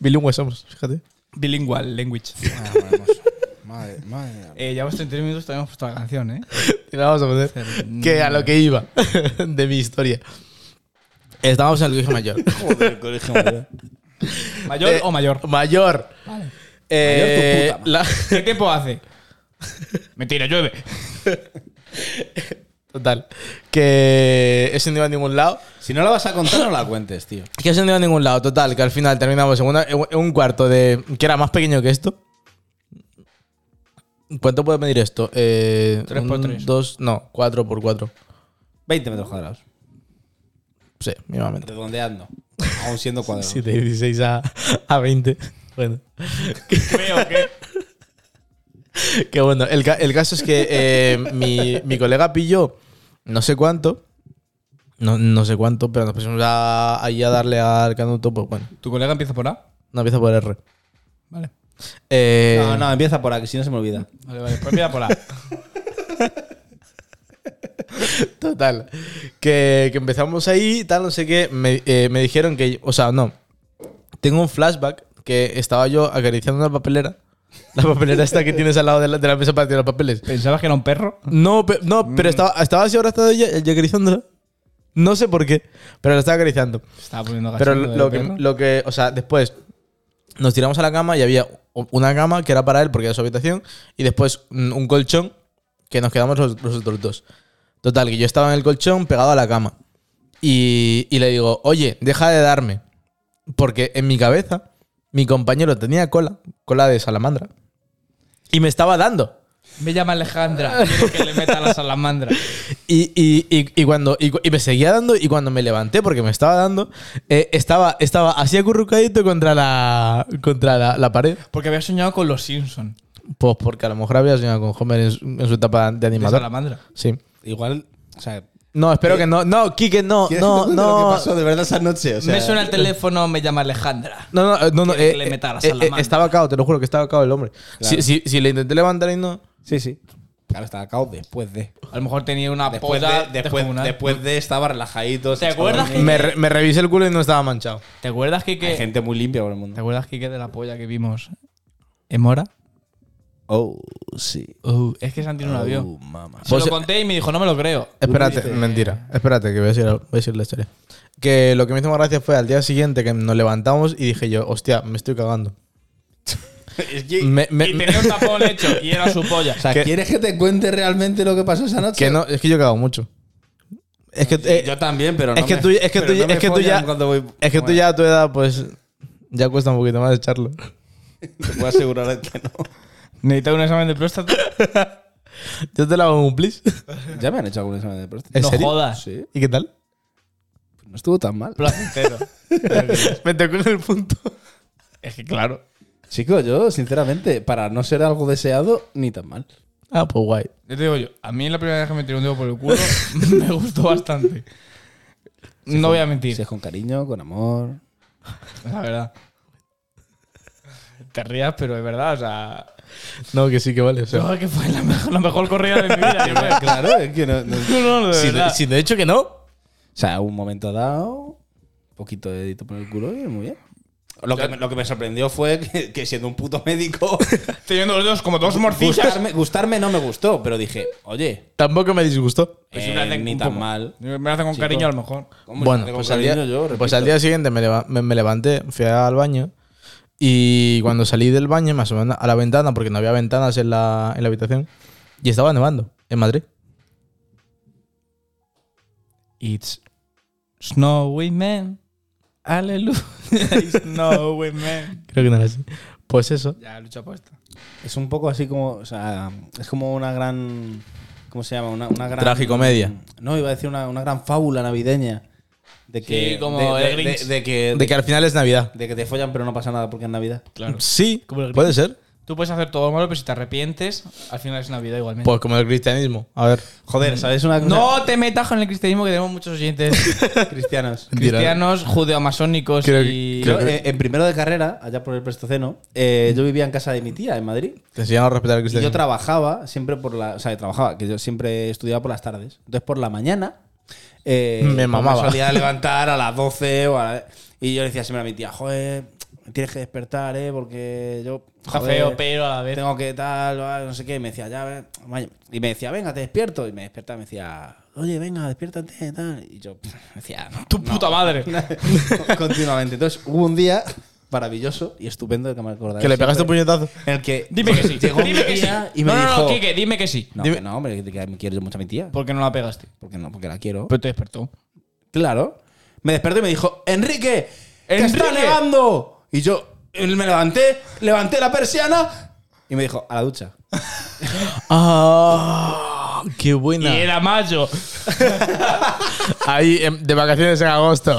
S3: Bilingüe somos, fíjate.
S2: Bilingual language.
S1: Madre, madre.
S2: Eh, llevamos 33 minutos, todavía hemos puesto la canción, ¿eh?
S3: [laughs] Y la vamos a poner. Que a lo que iba [laughs] de mi historia. Estábamos en el colegio mayor.
S1: [laughs] Joder, colegio, madre.
S2: ¿Mayor
S3: Eh,
S2: o mayor?
S3: Mayor. Eh,
S1: Mayor tu puta
S3: la-
S2: ¿Qué tiempo hace? [laughs] Mentira, llueve.
S3: total. Que ese no iba a ningún lado.
S1: Si no la vas a contar, no la cuentes, tío.
S3: Que ese no iba a ningún lado. Total. Que al final terminamos en, una- en un cuarto de. que era más pequeño que esto. ¿Cuánto puede medir esto? Eh,
S2: Tres por
S3: un,
S2: tres.
S3: Dos, no, cuatro por cuatro.
S1: 20 metros cuadrados.
S3: Sí, mínimamente.
S1: Redondeando. Aún siendo cuadrados.
S3: Sí, de 16 a, a 20. Bueno.
S2: Creo que.
S3: Que bueno, el, ca- el caso es que eh, mi, mi colega pilló no sé cuánto No, no sé cuánto, pero nos pusimos a, ahí a darle al canuto, pues bueno,
S2: [laughs] ¿Tu colega empieza por A?
S3: no empieza por R.
S2: Vale.
S3: Eh,
S1: No, no, empieza por aquí, si no se me olvida.
S2: Vale, vale. Pues empieza por A.
S3: Total. Que, que empezamos ahí, tal, no sé qué. Me, eh, me dijeron que. O sea, no. Tengo un flashback que estaba yo acariciando una papelera. La papelera
S1: [laughs]
S3: esta que tienes al lado de la, de la mesa para tirar los papeles.
S2: ¿Pensabas que era un perro?
S3: No, pe- no
S1: Mm.
S3: pero estaba, estaba así abrazado yo, yo acariciándola. No sé por qué, pero la estaba acariciando.
S2: Estaba poniendo
S3: Pero
S2: gachondo
S3: lo,
S2: de
S3: lo que,
S2: perro.
S3: lo que- o sea, después nos tiramos a la cama y había u- una cama que era para él porque era su habitación y después un un colchón que nos quedamos los, los otros dos. Total, que yo estaba en el colchón pegado a la cama y, y le digo, oye, deja de darme. Porque en mi cabeza mi compañero tenía cola, cola de salamandra, y me estaba dando.
S2: Me llama [laughs] Alejandra. Quiero que le meta la salamandra.
S3: Y, y- y- y cuando, y, cu- y me seguía dando, y cuando me levanté, porque me estaba dando, eh, estaba, estaba así acurrucadito contra la contra la, la pared.
S2: Porque había soñado con los Simpsons.
S3: Pues porque a lo mejor había soñado con Homer en su, en su etapa de
S2: De
S3: animador.
S2: salamandra.
S3: Sí.
S1: Igual, o sea,
S3: No, espero que no. No, Kike, no,
S1: Eh, ¿quieres
S3: no,
S1: que te cuente lo que
S3: no.
S1: pasó de verdad esa noche? O sea, eh,
S2: me suena el teléfono, me llama Alejandra.
S3: No, no, eh, no, no,
S2: Quiere que
S3: eh,
S2: le
S3: eh,
S2: meta la
S3: eh, eh,
S2: salamandra.
S3: estaba cao, te lo juro que estaba cao el hombre.
S1: Claro.
S3: Si, si, si le intenté levantar y no.
S1: Sí, sí. Claro, estaba cao después de.
S2: A lo mejor tenía una
S1: Después
S2: polla
S1: de, después,
S2: descomunal.
S1: después de estaba relajadito. se
S2: ¿Te
S1: echaba
S2: acuerdas
S1: un-
S2: que-
S3: Me, re- me revisé el culo y no estaba manchado.
S2: ¿Te acuerdas, Kike?
S1: Hay gente muy limpia por el
S2: ¿Te
S1: mundo.
S2: acuerdas, Kike, de la polla que vimos en Mora?
S1: Oh, sí.
S2: Uh, es que Santi no la vio.
S1: Oh, mamá.
S2: Se
S3: Pues-
S2: lo conté y me dijo, no me lo creo.
S3: Espérate, mentira. Espérate, que voy a, decir, voy a decir la historia. Que lo que me hizo más gracia fue al día siguiente que nos levantamos y dije yo, hostia, me estoy cagando.
S1: [laughs] Es que,
S3: Me- me-
S2: Y tenía un tapón hecho y era su polla.
S1: Eh, o sea,
S3: que-
S1: ¿quieres que te cuente realmente lo que pasó esa noche?
S3: [laughs] que no, es que yo cago mucho. Es que, eh,
S1: Yo también, pero
S3: es
S1: no
S3: que
S1: me-
S3: tú- es que
S1: pero
S3: tú-
S1: no me
S3: es que tú
S1: follan
S3: ya-
S1: cuando voy-
S3: es que tú
S1: Bueno,
S3: ya a tu edad, pues, ya cuesta un poquito más echarlo. [laughs]
S1: Te [laughs] puedo asegurar que no.
S2: Necesitaba un examen de próstata.
S3: Yo te la hago un please. [laughs]
S1: Ya me han hecho algún examen de próstata.
S3: ¿En
S2: no
S3: serio?
S2: jodas.
S1: Sí, pues
S3: ¿Y qué tal?
S1: no estuvo tan mal.
S2: Placentero. [laughs]
S3: me tocó en el punto.
S2: es que claro.
S1: Chico, yo, sinceramente, para no ser algo deseado, ni tan mal.
S3: Ah, pues guay.
S2: Yo te digo yo, a mí la primera vez que me tiré un dedo por el culo [laughs] me gustó bastante. No voy a mentir,
S1: Si es con cariño, con amor.
S2: la verdad. Te rías, pero es verdad, o sea.
S3: No, que sí que vale. O sea.
S2: no, que fue la mejor, la mejor corrida de mi [laughs] vida. yo creo.
S1: Claro, es que no. no- O
S2: No, no, de
S3: si,
S2: verdad.
S3: te, si te he dicho que no.
S1: sea, un momento dado, poquito de dedito por el culo y muy bien. Lo que, me- lo que me sorprendió fue que, que siendo un puto médico,
S2: Teniendo los dedos como dos morcillas.
S1: gustarme, gustarme no me gustó, pero dije, oye,
S3: Tampoco me disgustó.
S1: eh,
S2: Pues si me hacen
S1: ni
S2: un
S1: tan
S2: poco.
S1: mal.
S2: Me lo hacen con
S1: Chico.
S2: cariño a lo mejor.
S1: ¿Cómo se
S3: bueno,
S1: hace con
S3: pues al,
S1: cariño?
S3: día,
S1: Yo,
S3: pues
S1: repito.
S3: al día siguiente me, leva- me- me levanté, fui al baño y cuando salí del baño me asomé a la ventana porque no había ventanas en la, en la habitación y estaba nevando en Madrid.
S2: It's snowy man. [laughs] Aleluya. It's snowy man.
S3: Creo que no era así. Pues eso.
S2: Ya, lucha puesta.
S1: Es un poco así como. O sea, es como una gran. ¿Cómo se llama? Una, una gran.
S3: Tragicomedia.
S1: No, iba a decir una, una gran fábula navideña. De que,
S2: Sí, como
S1: de,
S2: el
S1: de-
S2: Grinch.
S1: de- de que,
S3: De que al final es Navidad.
S1: de que te follan, pero no pasa nada porque es Navidad.
S2: Claro.
S3: Sí,
S2: Como el
S3: puede ser.
S2: Tú puedes hacer todo malo, pero si te arrepientes, al final es Navidad igualmente.
S3: Pues como el cristianismo. A ver.
S1: Joder, ¿sabéis una cosa?
S2: no te metas con el cristianismo que tenemos muchos oyentes
S1: [laughs]
S3: [laughs]
S1: Cristianos.
S2: cristianos, judeomasónicos
S3: Creo que-
S2: y.
S1: Yo,
S3: Creo que-
S1: eh, en primero de carrera, allá por el Prestoceno, eh, yo vivía en casa de mi tía en Madrid.
S3: Te enseñaron a respetar
S1: Y
S3: el
S1: yo
S3: cristianismo.
S1: trabajaba siempre por la. O sea, trabajaba, que yo siempre estudiaba por las tardes. Entonces, por la mañana. eh,
S3: Me
S1: pues
S3: mamaba.
S1: Me
S3: [laughs]
S1: solía levantar a las 12 o a la- Y yo le decía siempre a mi tía, joder, me tienes que despertar, ¿eh? Porque yo.
S2: Está
S1: joder,
S2: feo, pero a la vez.
S1: Tengo que tal, va, no sé qué. Y me decía, ya, ve, vaya". Y me decía, venga, te despierto. Y me despertaba y me decía, oye, venga, despiértate, tal. Y yo [laughs] decía, "No,
S2: ¡Tu
S1: no".
S2: puta madre!
S1: [laughs] continuamente. Entonces, hubo un día maravilloso y estupendo que me acordaré.
S3: Que le pegaste un
S1: siempre,
S3: puñetazo.
S1: En el que
S2: Dime que sí.
S1: [laughs] llegó
S2: dime
S1: mi
S2: que sí.
S1: tía y me
S2: no, no,
S1: dijo,
S2: no, Kike, dime que sí.
S1: no,
S3: Dime-
S1: que no, hombre, que- que me quiero yo mucho a mi tía.
S2: ¿Por qué no la pegaste?
S1: Porque no, porque la quiero.
S2: Pues te despertó.
S1: claro. Me desperté y me dijo, ¡Enrique! ¡Que está
S2: ¡Enrique!
S1: negando! Y yo eh, me levanté, levanté la persiana y me dijo, a la ducha.
S3: ¡Ah! ¡Qué buena!
S2: Y era mayo.
S3: Ahí, em, de vacaciones en agosto.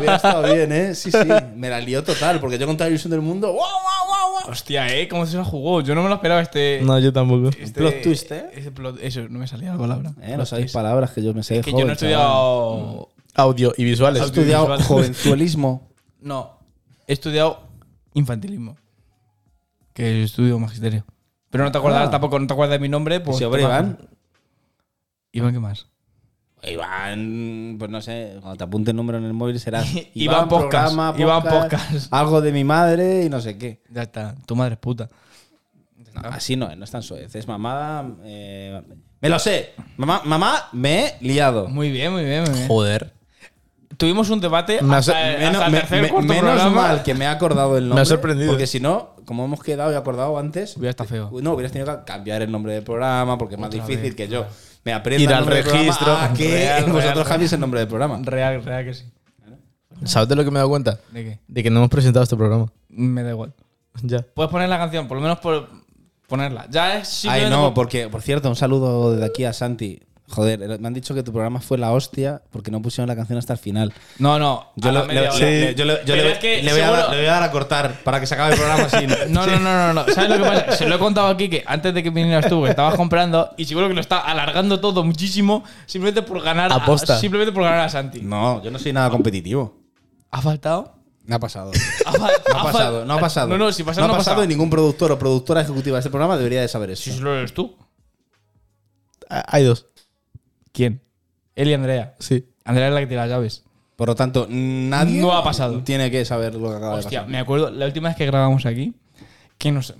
S1: Hubiera estado bien, ¿eh? Sí, sí. Me la lió total, porque yo con toda la ilusión del mundo, ¡guau, guau, guau, guau!
S2: Hostia, ¿eh? ¿Cómo se la jugó? Yo no me lo esperaba este.
S3: no, yo tampoco.
S2: este-
S1: Plot twist, ¿eh?
S2: ese plot- eso, no me salía la palabra.
S1: Eh, no
S2: Plot
S1: sabéis
S2: twist.
S1: palabras que yo me sé de
S2: Que yo
S1: joven,
S2: no he
S1: chaval. Mm.
S2: estudiado
S3: audio y visuales.
S1: Has estudiado
S2: Audiovisual.
S1: [laughs] jovenzuelismo.
S2: No, he estudiado infantilismo. Que estudio magisterio. Pero no te acuerdas
S1: Ah.
S2: tampoco, no te acuerdas de mi nombre. Pues
S1: Si ahora Iván.
S2: Iván, ¿qué más?
S1: Iván, pues no sé, cuando te apunte el número en el móvil [laughs] será
S2: Iván Podcast, Iván Podcast.
S1: algo de mi madre y no sé qué.
S2: Ya está, tu madre es puta.
S1: No, así no, es, no es tan suave. Es mamada. eh, me lo sé. Mamá, mamá, me he liado.
S2: Muy bien, muy bien, muy bien.
S3: Joder.
S2: Tuvimos un debate
S3: Me ha
S2: hasta,
S3: sor-
S2: hasta
S1: Menos,
S2: el
S1: me-
S2: tercer,
S1: me-
S2: cuarto
S1: menos
S2: programa.
S1: mal que me ha acordado el nombre.
S3: ha sorprendido.
S1: Porque si no, como hemos quedado y acordado antes. eh,
S2: Hubiera estado feo.
S1: No, hubieras tenido que cambiar el nombre del programa porque es más
S2: Otra
S1: difícil
S2: vez,
S1: que yo me aprenda.
S3: Ir
S1: el
S3: al
S1: nombre del
S3: registro.
S1: programa a que
S2: Real, real,
S1: vosotros
S2: real.
S1: cambiéis el nombre del programa.
S2: Real, real que sí.
S3: ¿Sabes de lo que me he dado cuenta?
S2: ¿De qué?
S3: De que no hemos presentado
S2: [laughs]
S3: este programa.
S2: Me da igual.
S3: Ya.
S2: Puedes poner la canción, por lo menos por ponerla. Ya es
S1: Ay,
S2: simplemente
S1: no,
S2: por-
S1: porque, por cierto, un saludo desde aquí a Santi. Joder, me han dicho que tu programa fue la hostia porque no pusieron la canción hasta el final.
S2: no, no.
S1: Yo
S2: a la
S1: lo-
S2: media
S1: le-
S2: hora.
S1: le- yo le- yo
S2: Pero
S1: le-
S2: es que
S1: le voy a dar-
S2: seguro-
S1: le voy a dar a cortar para que se acabe el programa así.
S2: [laughs] No, no, no, no, no. ¿Sabes lo que pasa? Se lo he contado aquí que antes de que vinieras tú, que estabas comprando y seguro que lo está alargando todo muchísimo simplemente por ganar
S3: Aposta.
S2: simplemente por ganar a Santi.
S1: No, yo no soy nada competitivo.
S2: ¿Ha faltado?
S1: Me ha [laughs] pasado.
S2: ¿Ha, Ah, fa-
S1: No ha
S2: fal-
S1: pasado, no ha pasado.
S2: No, no, si pasa, no,
S1: ha pasado y
S2: ni.
S1: ningún productor o productora ejecutiva de este programa debería de saber eso.
S2: Si solo eres tú.
S3: Ah, Hay dos.
S2: ¿Quién? Él y Andrea.
S3: Sí.
S2: Andrea es la que tiene las llaves.
S1: Por lo tanto, nadie
S2: No ha pasado.
S1: tiene que saber lo que acaba
S2: Hostia,
S1: de
S2: me acuerdo la última vez que grabamos aquí, que nos,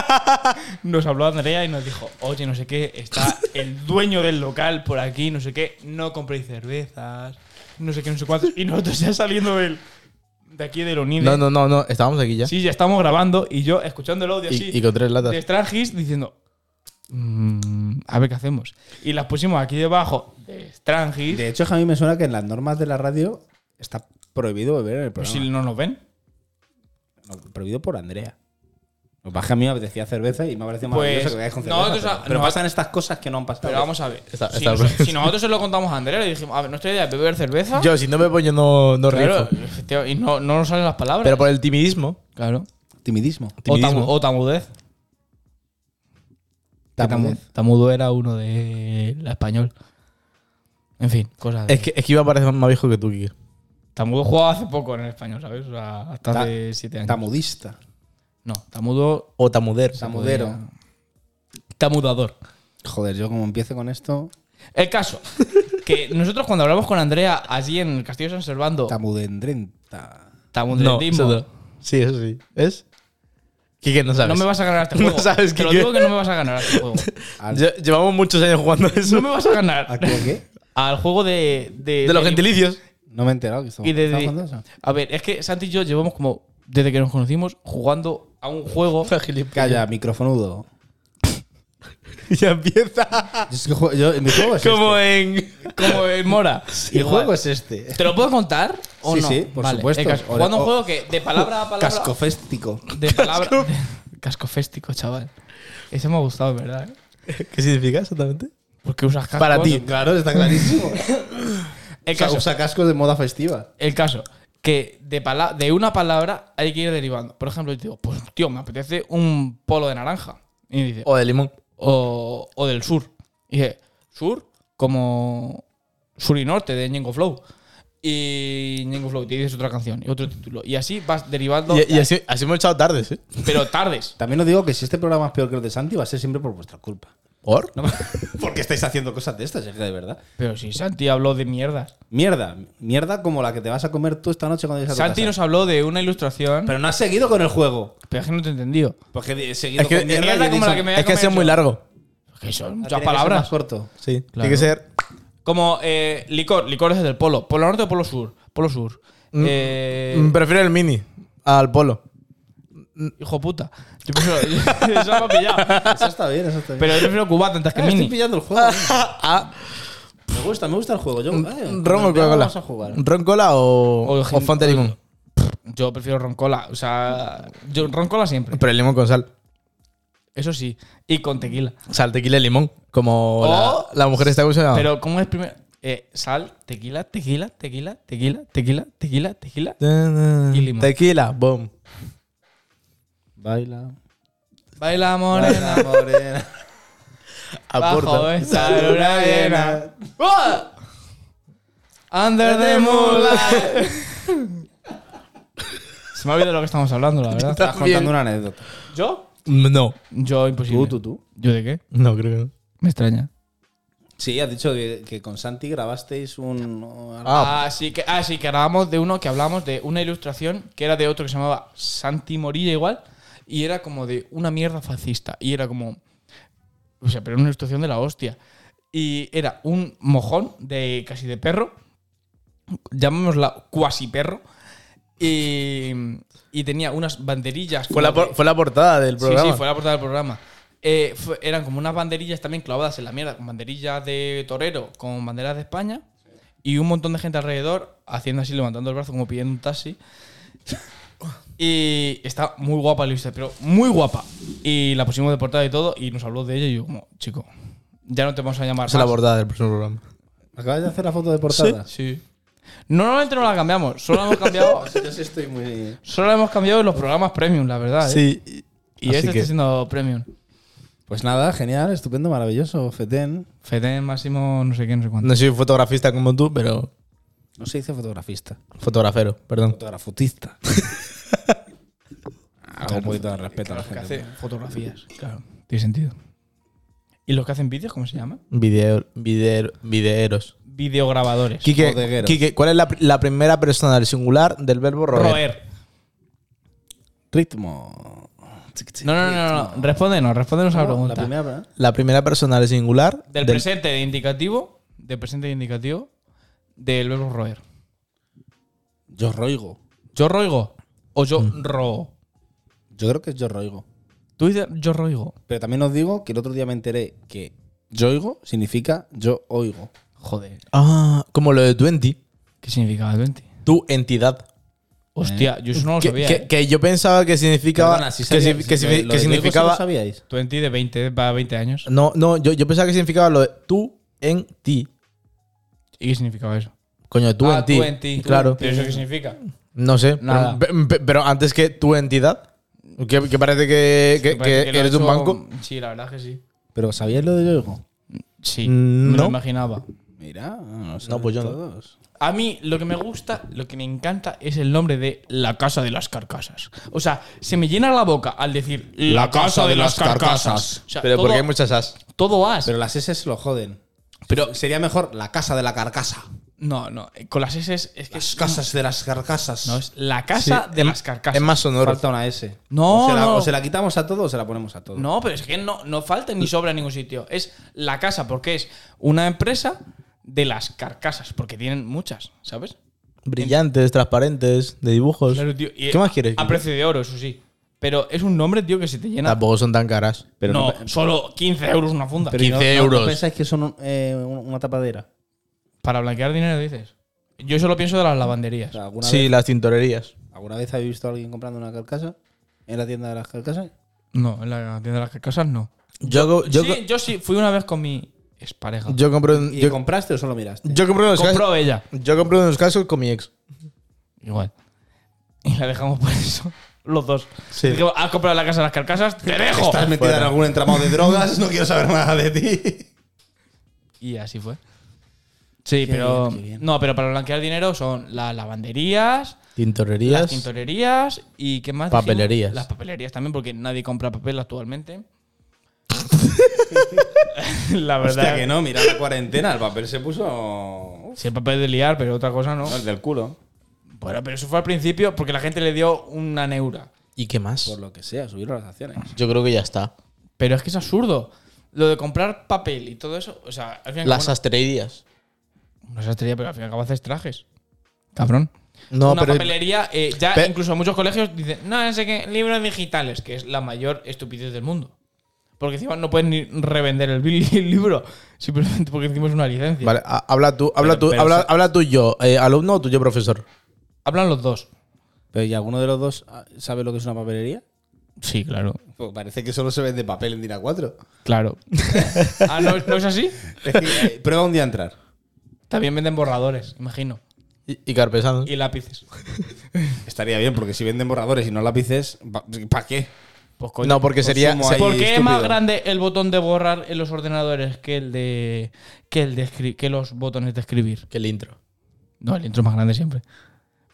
S2: [laughs] nos habló Andrea y nos dijo, oye, no sé qué,
S3: [laughs]
S2: está el dueño del local por aquí, no sé qué, no compréis cervezas, no sé qué, no sé cuántos. Y nosotros ya saliendo del, de aquí del Unide.
S3: No, no, no, no. Estábamos aquí ya.
S2: Sí, ya estamos grabando y yo escuchando el audio así.
S3: Y, y con tres latas.
S2: de Strangis diciendo, "Mm, a ver qué hacemos. Y las pusimos aquí debajo de Strangis.
S1: pasar. De hecho, a mí me suena que en las normas de la radio está prohibido beber en el
S2: Pues
S1: programa.
S2: si no nos ven.
S1: No, prohibido por Andrea. Lo que pasa es que a mí me apetecía cerveza y me ha parecido
S2: Pues,
S1: maravilloso que vayáis con cerveza.
S2: nosotros
S1: pero
S2: a-
S1: pero
S2: nos-
S1: pasan estas cosas que no han pasado.
S2: Pero vamos a ver.
S3: Está-
S2: si,
S3: está-
S2: nos- si nosotros se lo contamos a Andrea, le dijimos, a ver, nuestra idea es beber cerveza.
S3: Yo, si no me yo no, no
S2: claro,
S3: rijo.
S2: tío, y no, no nos salen las palabras.
S3: Pero por el timidismo.
S2: claro.
S1: Timidismo.
S2: O, tamu-
S3: Timidismo.
S2: o tamudez. Que tamu-
S1: Tamudez.
S2: Tamudo era uno de la español. En fin, cosas de-
S3: Es que, es que iba a parecer más viejo que tú, Kike.
S2: Tamudo jugaba hace poco en el español, ¿sabes? O sea, hasta
S1: Ta-
S2: hace siete años.
S1: Tamudista.
S2: no, Tamudo.
S3: O tamuder.
S1: Tamudero.
S2: podía- Tamudador.
S1: Joder, yo como empiece con esto,
S2: El caso, que nosotros cuando hablamos con Andrea allí en el Castillo de San Servando,
S1: tamudendrenta.
S3: No,
S2: tamudendismo.
S3: eso no. Sí, eso sí. ¿Es? Kike, no sabes.
S2: No me vas a ganar a este
S3: No
S2: juego.
S3: sabes
S2: Te lo
S3: Quique.
S2: digo que no me vas a ganar a este juego.
S1: Al-
S3: [laughs] Lle- Llevamos muchos años jugando a eso.
S2: No me vas a ganar.
S1: ¿A qué? a qué?
S2: Al juego de. De,
S3: de los
S2: de-
S3: gentilicios.
S1: No me he enterado que estamos,
S2: Y de-
S1: estamos
S2: de-
S1: jugando a eso.
S2: A ver, es que Santi y yo llevamos como. Desde que nos conocimos jugando a un
S1: [laughs]
S2: juego.
S1: Este. Calla, [laughs] microfonudo.
S3: Ya empieza.
S1: Es que juego- yo- mi juego es
S3: Como en.
S2: como
S1: [laughs]
S2: el Mora.
S1: este. Mi
S2: Igual.
S1: juego es este.
S2: ¿Te lo puedo contar? O
S1: Sí,
S2: no?
S1: sí, por
S2: Vale,
S1: supuesto. oh,
S2: el caso,
S1: O-
S2: jugando a
S1: o-
S2: un juego que de palabra a palabra.
S1: Cascoféstico. [laughs]
S2: De palabra. [laughs] Casco festico, chaval. Ese me ha gustado, ¿verdad? ¿eh?
S3: ¿Qué significa exactamente?
S2: Porque usas casco.
S3: Para ti.
S1: Claro, está [laughs] clarísimo.
S2: El
S1: usa,
S2: caso.
S1: usa cascos de moda festiva.
S2: El caso, que de, pala- de una palabra hay que ir derivando. Por ejemplo, yo te digo, pues tío, me apetece un polo de naranja. Y dice,
S3: O de limón.
S2: o, o del sur. Y dice, sur, como sur y norte de Ñengo Flow. Y Ñengo Flow, te dices otra canción y otro título. Y así vas derivando,
S3: Y, y así, así hemos echado tardes, ¿eh?
S2: pero tardes.
S1: También os digo que si este programa es peor que el de Santi, va a ser siempre por vuestra culpa.
S3: ¿Por?
S1: No, [laughs] porque estáis haciendo cosas de estas, es que de verdad.
S2: Pero si Santi habló de mierdas.
S1: Mierda. Mierda como la que te vas a comer tú esta noche cuando llegues a tu
S2: Santi
S1: casa.
S2: nos habló de una ilustración, pero,
S1: Pero no has seguido con el juego.
S2: es que no te he entendido.
S1: Porque he seguido
S3: Es que,
S1: con mierda.
S2: mierda
S1: y he
S2: como
S1: dicho-
S2: la que me-
S3: es que ha sido muy largo.
S2: Que
S1: Ah,
S2: son
S1: tiene
S2: muchas
S1: que ser
S2: palabras.
S1: Más corto.
S3: Sí.
S2: Claro.
S3: Tiene que ser.
S2: Como eh, licor, licores del polo. Polo norte o polo sur. Polo sur. Eh,
S3: Mm, Prefiero el mini al
S2: [laughs]
S3: polo.
S2: hijo puta. Yo prefiero, [laughs] eso me ha pillado.
S1: Eso está bien, eso está bien.
S2: Pero yo prefiero cubata
S3: [laughs]
S2: antes que
S1: Ah, estoy
S2: mini.
S1: pillando el juego. eh.
S3: Ah, mm,
S1: Me gusta, me gusta el juego. Yo, eh,
S3: ¿Ron o
S1: ¿dónde
S3: Coca-Cola?
S1: vamos a jugar?
S3: ¿Ron cola o,
S2: O
S3: o
S2: gin-
S3: Fanta limón?
S2: Yo prefiero roncola. O sea, yo roncola siempre.
S3: Pero el limón con sal.
S2: Eso sí. Y con tequila.
S3: Sal, tequila y limón. Como
S2: O-
S3: la, la mujer está
S1: Ah.
S3: usando.
S2: Pero ¿cómo es primero? Eh, sal, tequila, tequila, tequila, tequila, tequila, tequila, tequila. Y limón.
S3: Tequila, boom.
S1: Baila.
S2: Baila morena.
S1: Baila, [laughs] morena.
S2: Bajo
S3: Aporta.
S2: esta luna llena. ¡Ah! Under the moonlight. Se me ha olvidado de lo que estamos hablando, la verdad.
S1: Estás contando una anécdota.
S2: ¿Yo?
S3: Mm, No.
S2: Yo, imposible.
S1: tú.
S2: ¿Yo de qué?
S3: No, creo que no.
S2: Me extraña.
S1: Sí, has dicho que, que con Santi grabasteis un.
S2: Ah, sí, que, ah, sí, que hablábamos de uno que hablábamos de una ilustración que era de otro que se llamaba Santi Morilla igual y era como de una mierda fascista y era como o sea, pero era una ilustración de la hostia y era un mojón de casi de perro llamémosla cuasi perro y, y tenía unas banderillas
S3: Fue la,
S2: como
S3: por-
S2: de-
S3: fue la portada del programa.
S2: Sí, sí, fue la portada del programa. Eh, fue- eran como unas banderillas también clavadas en la mierda, con banderillas de torero, con banderas de España, y un montón de gente alrededor haciendo así, levantando el brazo como pidiendo un
S3: [laughs]
S2: taxi. Y está muy guapa Luisa, pero muy guapa. Y la pusimos de portada y todo, y nos habló de ella, y yo como, chico, ya no te vamos a llamar
S3: Esa es la
S2: más".
S3: portada del próximo programa.
S1: ¿Acabas de hacer la foto de portada?
S2: Sí. Normalmente no la cambiamos, solo la hemos
S3: [laughs]
S2: cambiado,
S1: Yo sí estoy muy.
S2: solo la hemos cambiado en los programas premium, la verdad. ¿eh?
S3: Sí.
S2: Y este está siendo premium.
S1: Pues nada, genial, estupendo, maravilloso, Feten.
S2: Fedén, Máximo, no sé qué, no sé cuánto.
S3: No soy fotografista como tú, pero.
S1: No se dice fotografista,
S3: Fotografero, perdón.
S1: [laughs] fotografutista. Hago un poquito de respeto a la gente.
S2: fotografías. Claro, tiene sentido. ¿Y los que hacen vídeos, cómo se llama?
S3: Video, video, videeros.
S2: Videograbadores.
S3: Quique,
S1: Bodegueros.
S3: Quique, ¿cuál es la, la primera persona del singular del verbo roer?
S2: Roer.
S1: Ritmo.
S2: No, no, no, no, no. Respóndenos, respóndenos a la
S1: La
S2: pregunta.
S1: primera,
S3: La primera persona del singular
S2: Del presente de indicativo, del presente de indicativo, del verbo roer.
S1: Yo roigo.
S2: ¿Yo roigo o yo roo?
S1: Yo creo que es yo roigo.
S2: Tú dices yo roigo.
S1: Pero también os digo que el otro día me enteré que yo oigo significa yo oigo.
S2: Joder.
S3: Ah, como lo de tu enti.
S2: ¿Qué significaba 20?
S3: Tu entidad.
S2: Hostia, yo eso no lo
S3: que,
S2: sabía.
S3: que-
S2: ¿eh?
S3: que yo pensaba que significaba.
S1: Perdona, si
S3: que,
S1: sabía-
S3: si- que si-
S1: lo de
S3: que
S1: yo oigo sí lo
S3: significaba.
S1: sabíais?
S2: 20 de 20, para 20 años.
S3: No, no, yo, yo pensaba que significaba lo de tú en ti.
S2: ¿Y qué significaba eso?
S3: Coño, tú
S2: Ah,
S3: en ti.
S2: tú en ti.
S3: Claro.
S2: ¿Pero eso qué significa?
S3: No sé.
S2: Nada.
S3: Pero, pe- pe- pero antes que tu entidad. Que, que parece que, que-
S2: Parece
S3: que
S2: lo
S3: eres
S2: he
S3: un
S2: hecho-
S3: banco.
S2: Sí, la verdad es que sí.
S1: ¿Pero sabíais lo de yo oigo?
S2: Sí,
S3: Mm,
S2: me lo
S3: no.
S2: imaginaba.
S1: Mira, no,
S3: No, pues yo no.
S2: A mí lo que me gusta, lo que me encanta es el nombre de La Casa de las Carcasas. O sea, se me llena la boca al decir La, casa, de las Carcasas. O sea,
S3: Pero
S2: todo,
S3: porque hay muchas as.
S2: todo as.
S1: Pero las S lo joden.
S2: Pero-
S1: sería mejor la casa de la carcasa.
S2: no, no, eh, con las S es, es que
S1: Las
S2: es,
S1: casas de las carcasas.
S2: no, es La Casa
S3: Sí,
S2: de
S3: es-
S2: las Carcasas.
S3: Es más sonoro.
S1: Falta una S.
S2: No,
S1: o se, la,
S2: no.
S1: o se la quitamos a todo o se la ponemos a todo.
S2: No, pero es que no, no falta ni sobra en ningún sitio. Es La Casa porque es una empresa de las carcasas, porque tienen muchas, ¿sabes?
S3: Brillantes, transparentes, de dibujos.
S2: Claro, tío. Y
S3: ¿Qué más quieres? Ah,
S2: A
S3: Quique?
S2: precio de oro, eso sí. Pero es un nombre, tío, que se te llena.
S3: Tampoco son tan caras.
S1: Pero
S2: no,
S1: no-
S2: solo 15 euros una funda.
S1: Pero ¿y no-
S3: 15
S1: no-
S3: euros.
S1: ¿No pensáis que son un- eh, un- una tapadera?
S2: Para blanquear dinero, dices. Yo solo pienso de las lavanderías.
S1: O sea, ¿alguna,
S3: Sí,
S1: vez,
S3: las tintorerías.
S1: ¿Alguna vez habéis visto a alguien comprando una carcasa? ¿En la tienda de las carcasas?
S2: No, en la tienda de las carcasas no.
S3: Yo, yo,
S2: sí, yo sí, fui una vez con mi expareja.
S3: yo compré un-
S1: ¿Y
S3: yo,
S1: compraste o solo miraste?
S3: yo compré unos cascos.
S2: Compró ella.
S3: Yo compré unos cascos con mi ex.
S2: Igual. Y la dejamos por eso. Los dos.
S3: Sí.
S2: Dije, ¿Has comprado la casa de las carcasas? ¡Te dejo!
S1: ¿Estás metida en algún entramado de drogas? No quiero saber nada de ti.
S2: Y así fue. Sí,
S1: Qué
S2: pero.
S1: bien, qué bien.
S2: No, pero para blanquear dinero son las lavanderías, las
S3: Tintorerías.
S2: tintorerías y ¿qué más? dijimos?
S3: Papelerías.
S2: Las papelerías también, porque nadie compra
S1: [laughs]
S2: papel actualmente. la verdad.
S1: Hostia, que no, mira la cuarentena, el papel se puso. Uf,
S2: Si el papel de liar, pero otra cosa no.
S1: no, el del culo.
S2: Bueno, pero eso fue al principio porque la gente le dio una neura.
S3: ¿Y qué más?
S1: Por lo que sea, subieron las acciones.
S3: Yo creo que ya está.
S2: Pero es que es absurdo. Lo de comprar papel y todo eso. O sea, al final.
S3: Las asteroideas.
S2: No es sastrería, pero al final acabas haces trajes. Cabrón.
S3: No,
S2: una
S3: pero.
S2: papelería, eh, ya
S3: Pe-
S2: incluso muchos colegios dicen, no, no sé qué, libros digitales, que es la mayor estupidez del mundo. Porque encima no pueden ni revender el, li- [laughs] el libro simplemente porque hicimos una licencia.
S3: Vale, ha- habla tú, habla
S1: Pero-
S3: tú,
S1: pero
S3: habla,
S1: se-
S3: habla tú y yo, eh, alumno o tú y yo, profesor.
S2: Hablan los dos.
S1: Pero ¿y alguno de los dos ah, sabe lo que es una papelería?
S2: Sí, claro.
S1: Pues parece que solo se vende papel en Dina 4.
S2: Claro. [laughs] ah, ¿no, no es así?
S1: Es que, eh, Prueba un día a entrar.
S2: También venden borradores, imagino.
S3: Y, y carpesanos.
S2: Y lápices.
S1: Estaría bien, porque si venden borradores y no lápices, ¿para qué?
S2: Pues coño.
S3: No, porque sería.
S1: Consumo
S3: se-
S1: ahí.
S2: ¿Por qué es
S1: estúpido.
S2: más grande el botón de borrar en los ordenadores que el de que el de escri- que los botones de escribir?
S3: Que el intro.
S2: No, el intro es más grande siempre.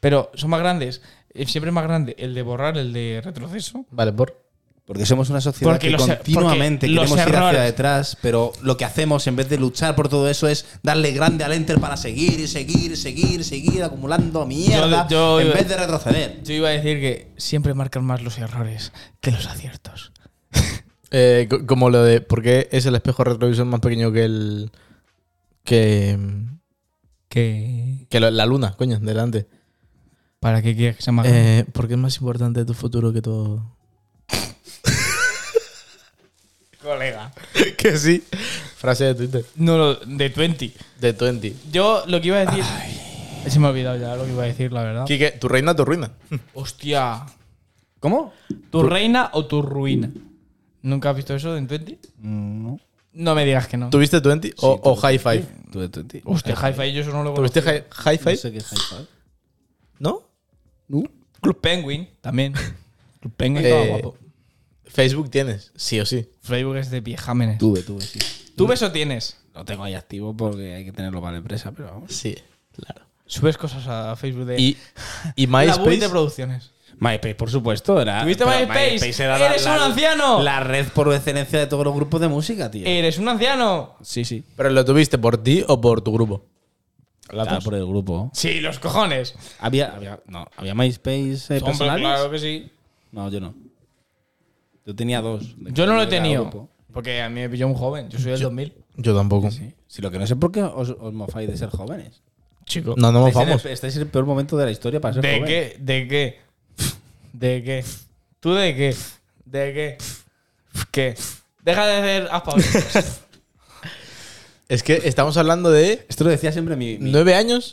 S2: Pero son más grandes. eh, Siempre es más grande el de borrar, el de retroceso.
S3: Vale, por.
S1: Porque er-, somos una sociedad
S2: Porque
S1: que
S2: los-
S1: continuamente
S2: porque los
S1: queremos ir hacia
S2: errores-
S1: detrás, pero lo que hacemos en vez de luchar por todo eso es darle grande al enter para seguir y seguir, seguir, seguir acumulando mierda
S2: Yo- yo-
S1: en vez de retroceder.
S2: Yo iba a decir que siempre marcan más los errores que los aciertos.
S3: Eh, co- como lo de por qué es el espejo retrovisor más pequeño que el. que.
S2: Que.
S3: que lo- la luna, coño, delante.
S2: ¿Para qué quieres que sea más grande?
S3: Eh, ¿Por qué es más importante tu futuro que todo?
S2: Colega.
S3: [laughs] que sí. Frase de Twitter.
S2: No, lo- de 20.
S3: De 20.
S2: Yo lo que iba a decir. Se me ha olvidado ya lo que iba a decir, la verdad.
S3: Quique, tu reina, tu ruina.
S2: Hostia.
S1: ¿Cómo?
S2: ¿Tu reina o tu ruina? ¿Nunca has visto eso en 20?
S1: No.
S2: No me digas que no.
S3: ¿Tuviste 20 o, o High Five?
S1: Tú de Twenty.
S2: Hostia, Hi-Fi, yo eso no lo
S3: ¿Tuviste
S2: conozco.
S3: hi- High
S1: No
S3: Five?
S1: sé qué es hi-fi.
S3: ¿No?
S2: Club Penguin [laughs] también. Club Penguin
S3: Eh,
S2: estaba guapo.
S3: Facebook tienes, sí o sí.
S2: Facebook es de viejámenes.
S1: Tuve, tuve, sí.
S2: ¿Tú o tienes?
S1: Lo tengo ahí activo porque hay que tenerlo para la empresa, pero vamos.
S3: Sí, claro.
S2: Subes cosas a Facebook de.
S3: Y, y
S2: la Bully
S3: MySpace.
S2: de producciones.
S1: MySpace, por supuesto, era.
S2: ¿Tuviste
S1: pero
S2: MySpace? ¡Eres un anciano!
S1: La red por excelencia de todos los grupos de música, tío.
S2: ¡Eres un anciano!
S1: sí, sí.
S3: ¿Pero lo tuviste por ti o por tu grupo?
S1: Claro, por el grupo.
S2: Sí, los cojones.
S1: Había, había, no, había MySpace eh,
S2: Hombre,
S1: personales.
S2: claro que sí.
S1: No, yo no. Yo tenía dos. de
S2: Yo no lo he
S1: cada
S2: tenido.
S1: grupo.
S2: Porque a mí me pilló un joven. Yo soy del 2000.
S3: Yo tampoco.
S1: Sí. Si lo que no sé por qué os, os mofáis de ser jóvenes.
S2: Chico.
S3: No, no nos
S1: Estáis en el-
S3: vamos.
S1: Estáis en el peor momento de la historia para ser
S2: ¿De
S1: joven.
S2: qué? ¿De qué? ¿De qué? ¿Tú de qué? ¿De qué? ¿Qué? Deja de hacer aspavientos.
S3: Es que estamos hablando de
S1: Esto lo decía siempre mi. mi-
S3: nueve años.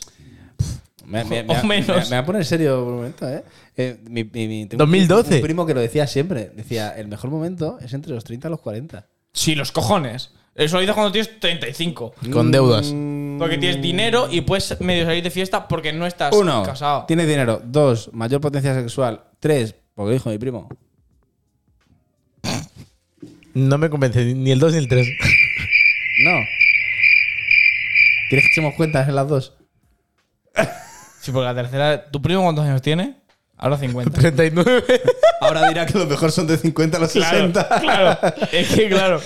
S1: me, me-
S2: [laughs] o
S1: me-
S2: menos.
S1: me- me va a poner serio por un momento, ¿eh? Eh, mi- mi- mi- tengo un
S3: 2012.
S1: primo- Un primo que lo decía siempre. Decía: el mejor momento es entre los 30 y los 40.
S2: Sí, los cojones. Eso lo dices cuando tienes 35.
S1: Mm.
S3: Con deudas.
S2: Porque
S3: Mm.
S2: tienes dinero y puedes medio salir de fiesta porque no estás
S1: Uno,
S2: casado.
S1: tienes dinero. Dos, mayor potencia sexual. Tres, porque dijo mi primo.
S3: No me convence ni el 2 ni el [laughs] 3.
S1: No. ¿Quieres que echemos cuentas en las dos?
S2: Sí, porque la tercera. ¿Tu primo cuántos años tiene? Ahora 50.
S3: 39.
S1: Ahora dirá que lo mejor son de 50 a los
S2: claro, claro. Es que,
S3: [laughs]
S2: claro.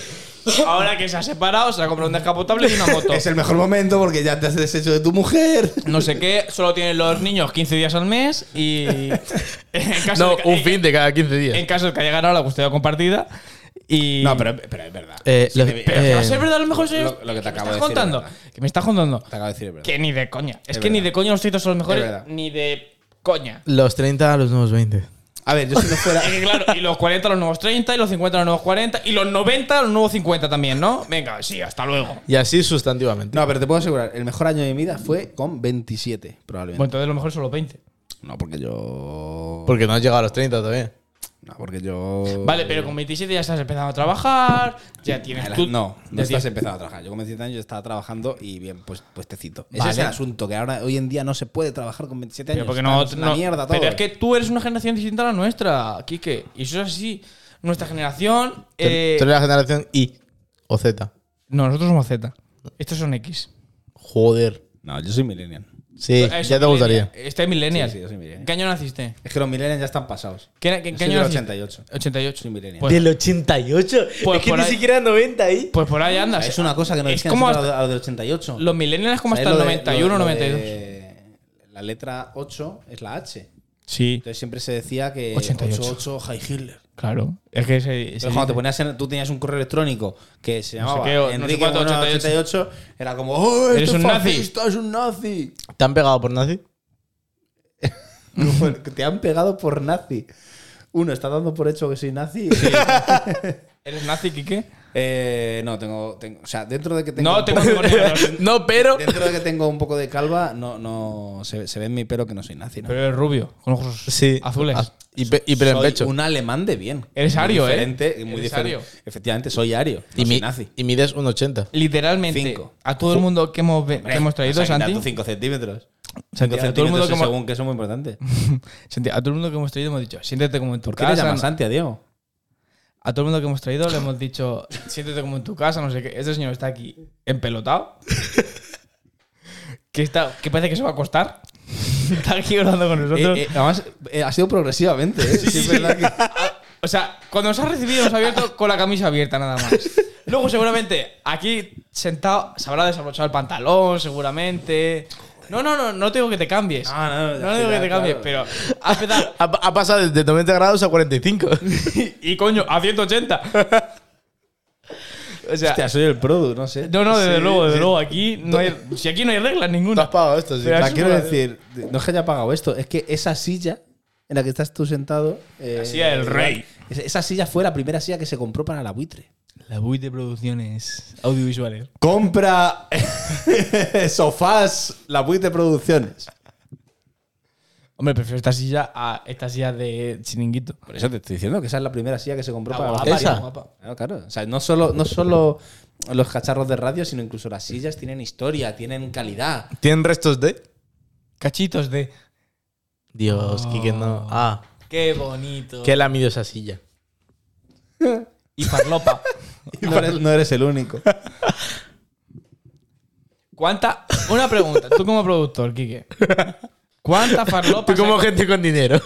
S2: Ahora que se ha separado, se ha comprado un descapotable y una moto.
S1: [laughs] Es el mejor momento porque ya te has deshecho de tu mujer.
S2: No sé qué, solo tienen los niños 15 días al mes y.
S3: [laughs]
S2: En caso
S3: No,
S2: de que-
S3: un
S2: en-
S3: fin de cada 15 días.
S2: En caso de que haya ganado la custodia compartida. Y
S1: No, pero, pero es verdad.
S3: Eh,
S1: Sí,
S3: lo-
S1: te-
S2: Pero que va a
S3: eh,
S2: ser verdad, a lo mejor soy-
S1: lo- lo que te acabo
S2: ¿Qué me
S1: de
S2: estás
S1: decir,
S2: contando?
S1: verdad.
S2: ¿Qué me estás contando?
S1: Te acabo de decir, es verdad.
S2: Que ni de coña. Es,
S1: Es
S2: que ni
S1: verdad.
S2: de coña los títulos son los
S1: Es
S2: mejores.
S1: verdad.
S2: Ni de coña.
S3: Los 30 a los nuevos 20.
S1: A ver, yo si no fuera. [laughs]
S2: Y claro, y los 40 los nuevos 30, y los 50 los nuevos 40, y los 90 los nuevos 50 también, ¿no? Venga, sí, hasta luego.
S3: Y así sustantivamente.
S1: No, pero te puedo asegurar, el mejor año de mi vida fue con 27,
S2: Bueno,
S1: probablemente.
S2: entonces lo mejor son los 20.
S1: No, porque yo.
S3: Porque no has llegado a los 30 todavía.
S1: No, porque yo.
S2: Vale, pero con 27 ya estás empezando a trabajar, ya tienes tú.
S1: No, no
S2: ya
S1: estás
S2: tienes-
S1: empezado a trabajar. Yo con 27 años yo estaba trabajando y bien, pues, pues te cito. Ese
S2: Vale.
S1: es el asunto, que ahora hoy en día no se puede trabajar con 27 años.
S2: Pero porque no,
S1: Estamos en la
S2: no-
S1: mierda todo. eh.
S2: pero es que tú eres una generación distinta a la nuestra, Quique. Y eso es así. Nuestra generación.
S3: Tú-
S2: eh,
S3: Tú eres la generación I o Z.
S2: no, nosotros somos Z. Estos son X.
S3: Joder.
S1: No, yo soy millennial.
S3: Sí,
S2: Ah, eso
S3: ya te
S2: es
S3: gustaría.
S2: millennial. Este es millennial.
S1: Sí, sí, yo soy millennial.
S2: ¿Qué año naciste?
S1: Es que los millennials ya están pasados.
S2: ¿Qué, qué-
S1: Yo soy
S2: qué año
S1: del
S2: naciste?
S1: 88.
S2: 88.
S1: Soy millennial. [laughs]
S2: Pues,
S3: 88.
S2: Pues por ahí-
S3: siquiera 90 ahí.
S2: pues por ahí andas.
S1: Es una cosa que no
S2: Es
S1: decían
S2: como
S1: siempre a
S2: hasta-
S1: los- a los del 88.
S2: Los millennials como
S1: ¿Sabes
S2: hasta el
S1: lo de-
S2: 91,
S1: lo- lo
S2: 92.
S1: de La letra 8 es la H.
S2: Sí,
S1: Entonces siempre se decía que
S2: 88.
S1: 88 High Hitler.
S2: claro. Es que se, se
S1: Entonces, cuando
S2: dice-
S1: te ponías en- tú tenías un correo electrónico que se
S2: No sé
S1: llamaba
S2: qué, o- no sé
S1: Enrique
S2: cuánto,
S1: Moreno 88, era como ¡Oh,
S2: Eres
S1: eres
S2: un
S1: un
S2: nazi".
S1: fascista, es un nazi!
S3: ¿Te han pegado por nazi?
S1: Como, te han pegado por nazi. Uno está dando por hecho que soy nazi.
S2: ¿Eres nazi, Quique?
S1: [laughs] Eh, no, tengo, tengo- O sea, dentro de que [laughs] tengo.
S2: No,
S1: un
S2: tengo que
S1: poco-
S2: poner-
S3: No, pero.
S1: [laughs] Dentro de que tengo un poco de calva, no, no se, se ve en mi pelo que no soy nazi. ¿no?
S2: Pero eres rubio, con ojos
S3: Sí.
S2: azules.
S3: Ah, Y, pe- y pero en
S1: soy
S3: pecho.
S1: un alemán de bien.
S2: Eres
S1: Muy
S2: ario, ¿eh?
S1: diferente, y Muy
S2: Eres
S1: diferente.
S2: ario.
S1: Efectivamente, soy ario. No
S3: Y, mi-
S1: soy nazi.
S3: y mides un 80.
S2: Literalmente,
S1: Cinco.
S2: a todo el mundo que hemos, ve- que hemos traído, Santi,
S1: 5 centímetros.
S2: Santi,
S1: 5
S2: a todo el
S1: centímetros
S2: mundo que hemos-
S1: según que son muy importantes.
S2: Santi, a todo el mundo que hemos traído hemos dicho, siéntete como en tu
S1: ¿Por qué le
S2: casa.
S1: llamas Santi a Diego?
S2: A todo el mundo que hemos traído le hemos dicho, siéntete como en tu casa, no sé qué. Este señor está aquí empelotado. que, está, que parece que se va a acostar. está aquí hablando con nosotros.
S1: Eh, eh, además, eh, ha sido progresivamente. [laughs] ¿eh? Sí, es verdad que-
S2: O sea, cuando nos ha recibido nos ha abierto con la camisa abierta nada más. Luego seguramente aquí sentado se habrá desabrochado el pantalón, seguramente. No, no, no, no tengo que te cambies.
S1: Ah, no, ya
S2: no digo
S1: está,
S2: que te cambies,
S1: claro.
S2: pero ha empezado
S3: Ha, ha pasado de 90 grados a [laughs] 45.
S2: y coño, a [laughs] 180. O sea,
S1: Hostia, soy el produ, no sé.
S2: no, no, desde
S3: sí,
S2: luego, desde
S3: sí.
S2: luego, aquí no hay, si aquí no hay reglas
S3: Tú has
S2: ninguna.
S3: pagado esto, sí.
S2: Pero-
S1: O sea,
S2: es
S1: quiero
S2: una-
S1: decir, no es que haya pagado esto, es que esa silla en la que estás tú sentado. eh,
S2: La silla del rey.
S1: Esa, esa silla fue la primera silla que se compró para la buitre.
S2: La buit de producciones audiovisuales.
S1: Compra [laughs] sofás, la buitre producciones.
S2: Hombre, prefiero esta silla a esta silla de chiringuito.
S1: Por eso te estoy diciendo que esa es la primera silla que se compró
S2: La
S1: para
S2: guapa,
S1: la
S2: la
S1: buitre.
S2: guapa.
S1: Claro, claro. O sea, no solo, no solo los cacharros de radio, sino incluso las sillas tienen historia, tienen calidad.
S3: ¿Tienen restos de?
S2: Cachitos de.
S3: Dios, Kike, no. Ah,
S2: Qué bonito.
S3: qué lamido esa silla.
S2: Y farlopa.
S1: No eres, no eres el único.
S2: ¿Cuánta? Una pregunta. Tú como productor, Quique. [laughs] ¿Cuántas farlopas,
S3: Tú como
S2: ha,
S3: gente con dinero.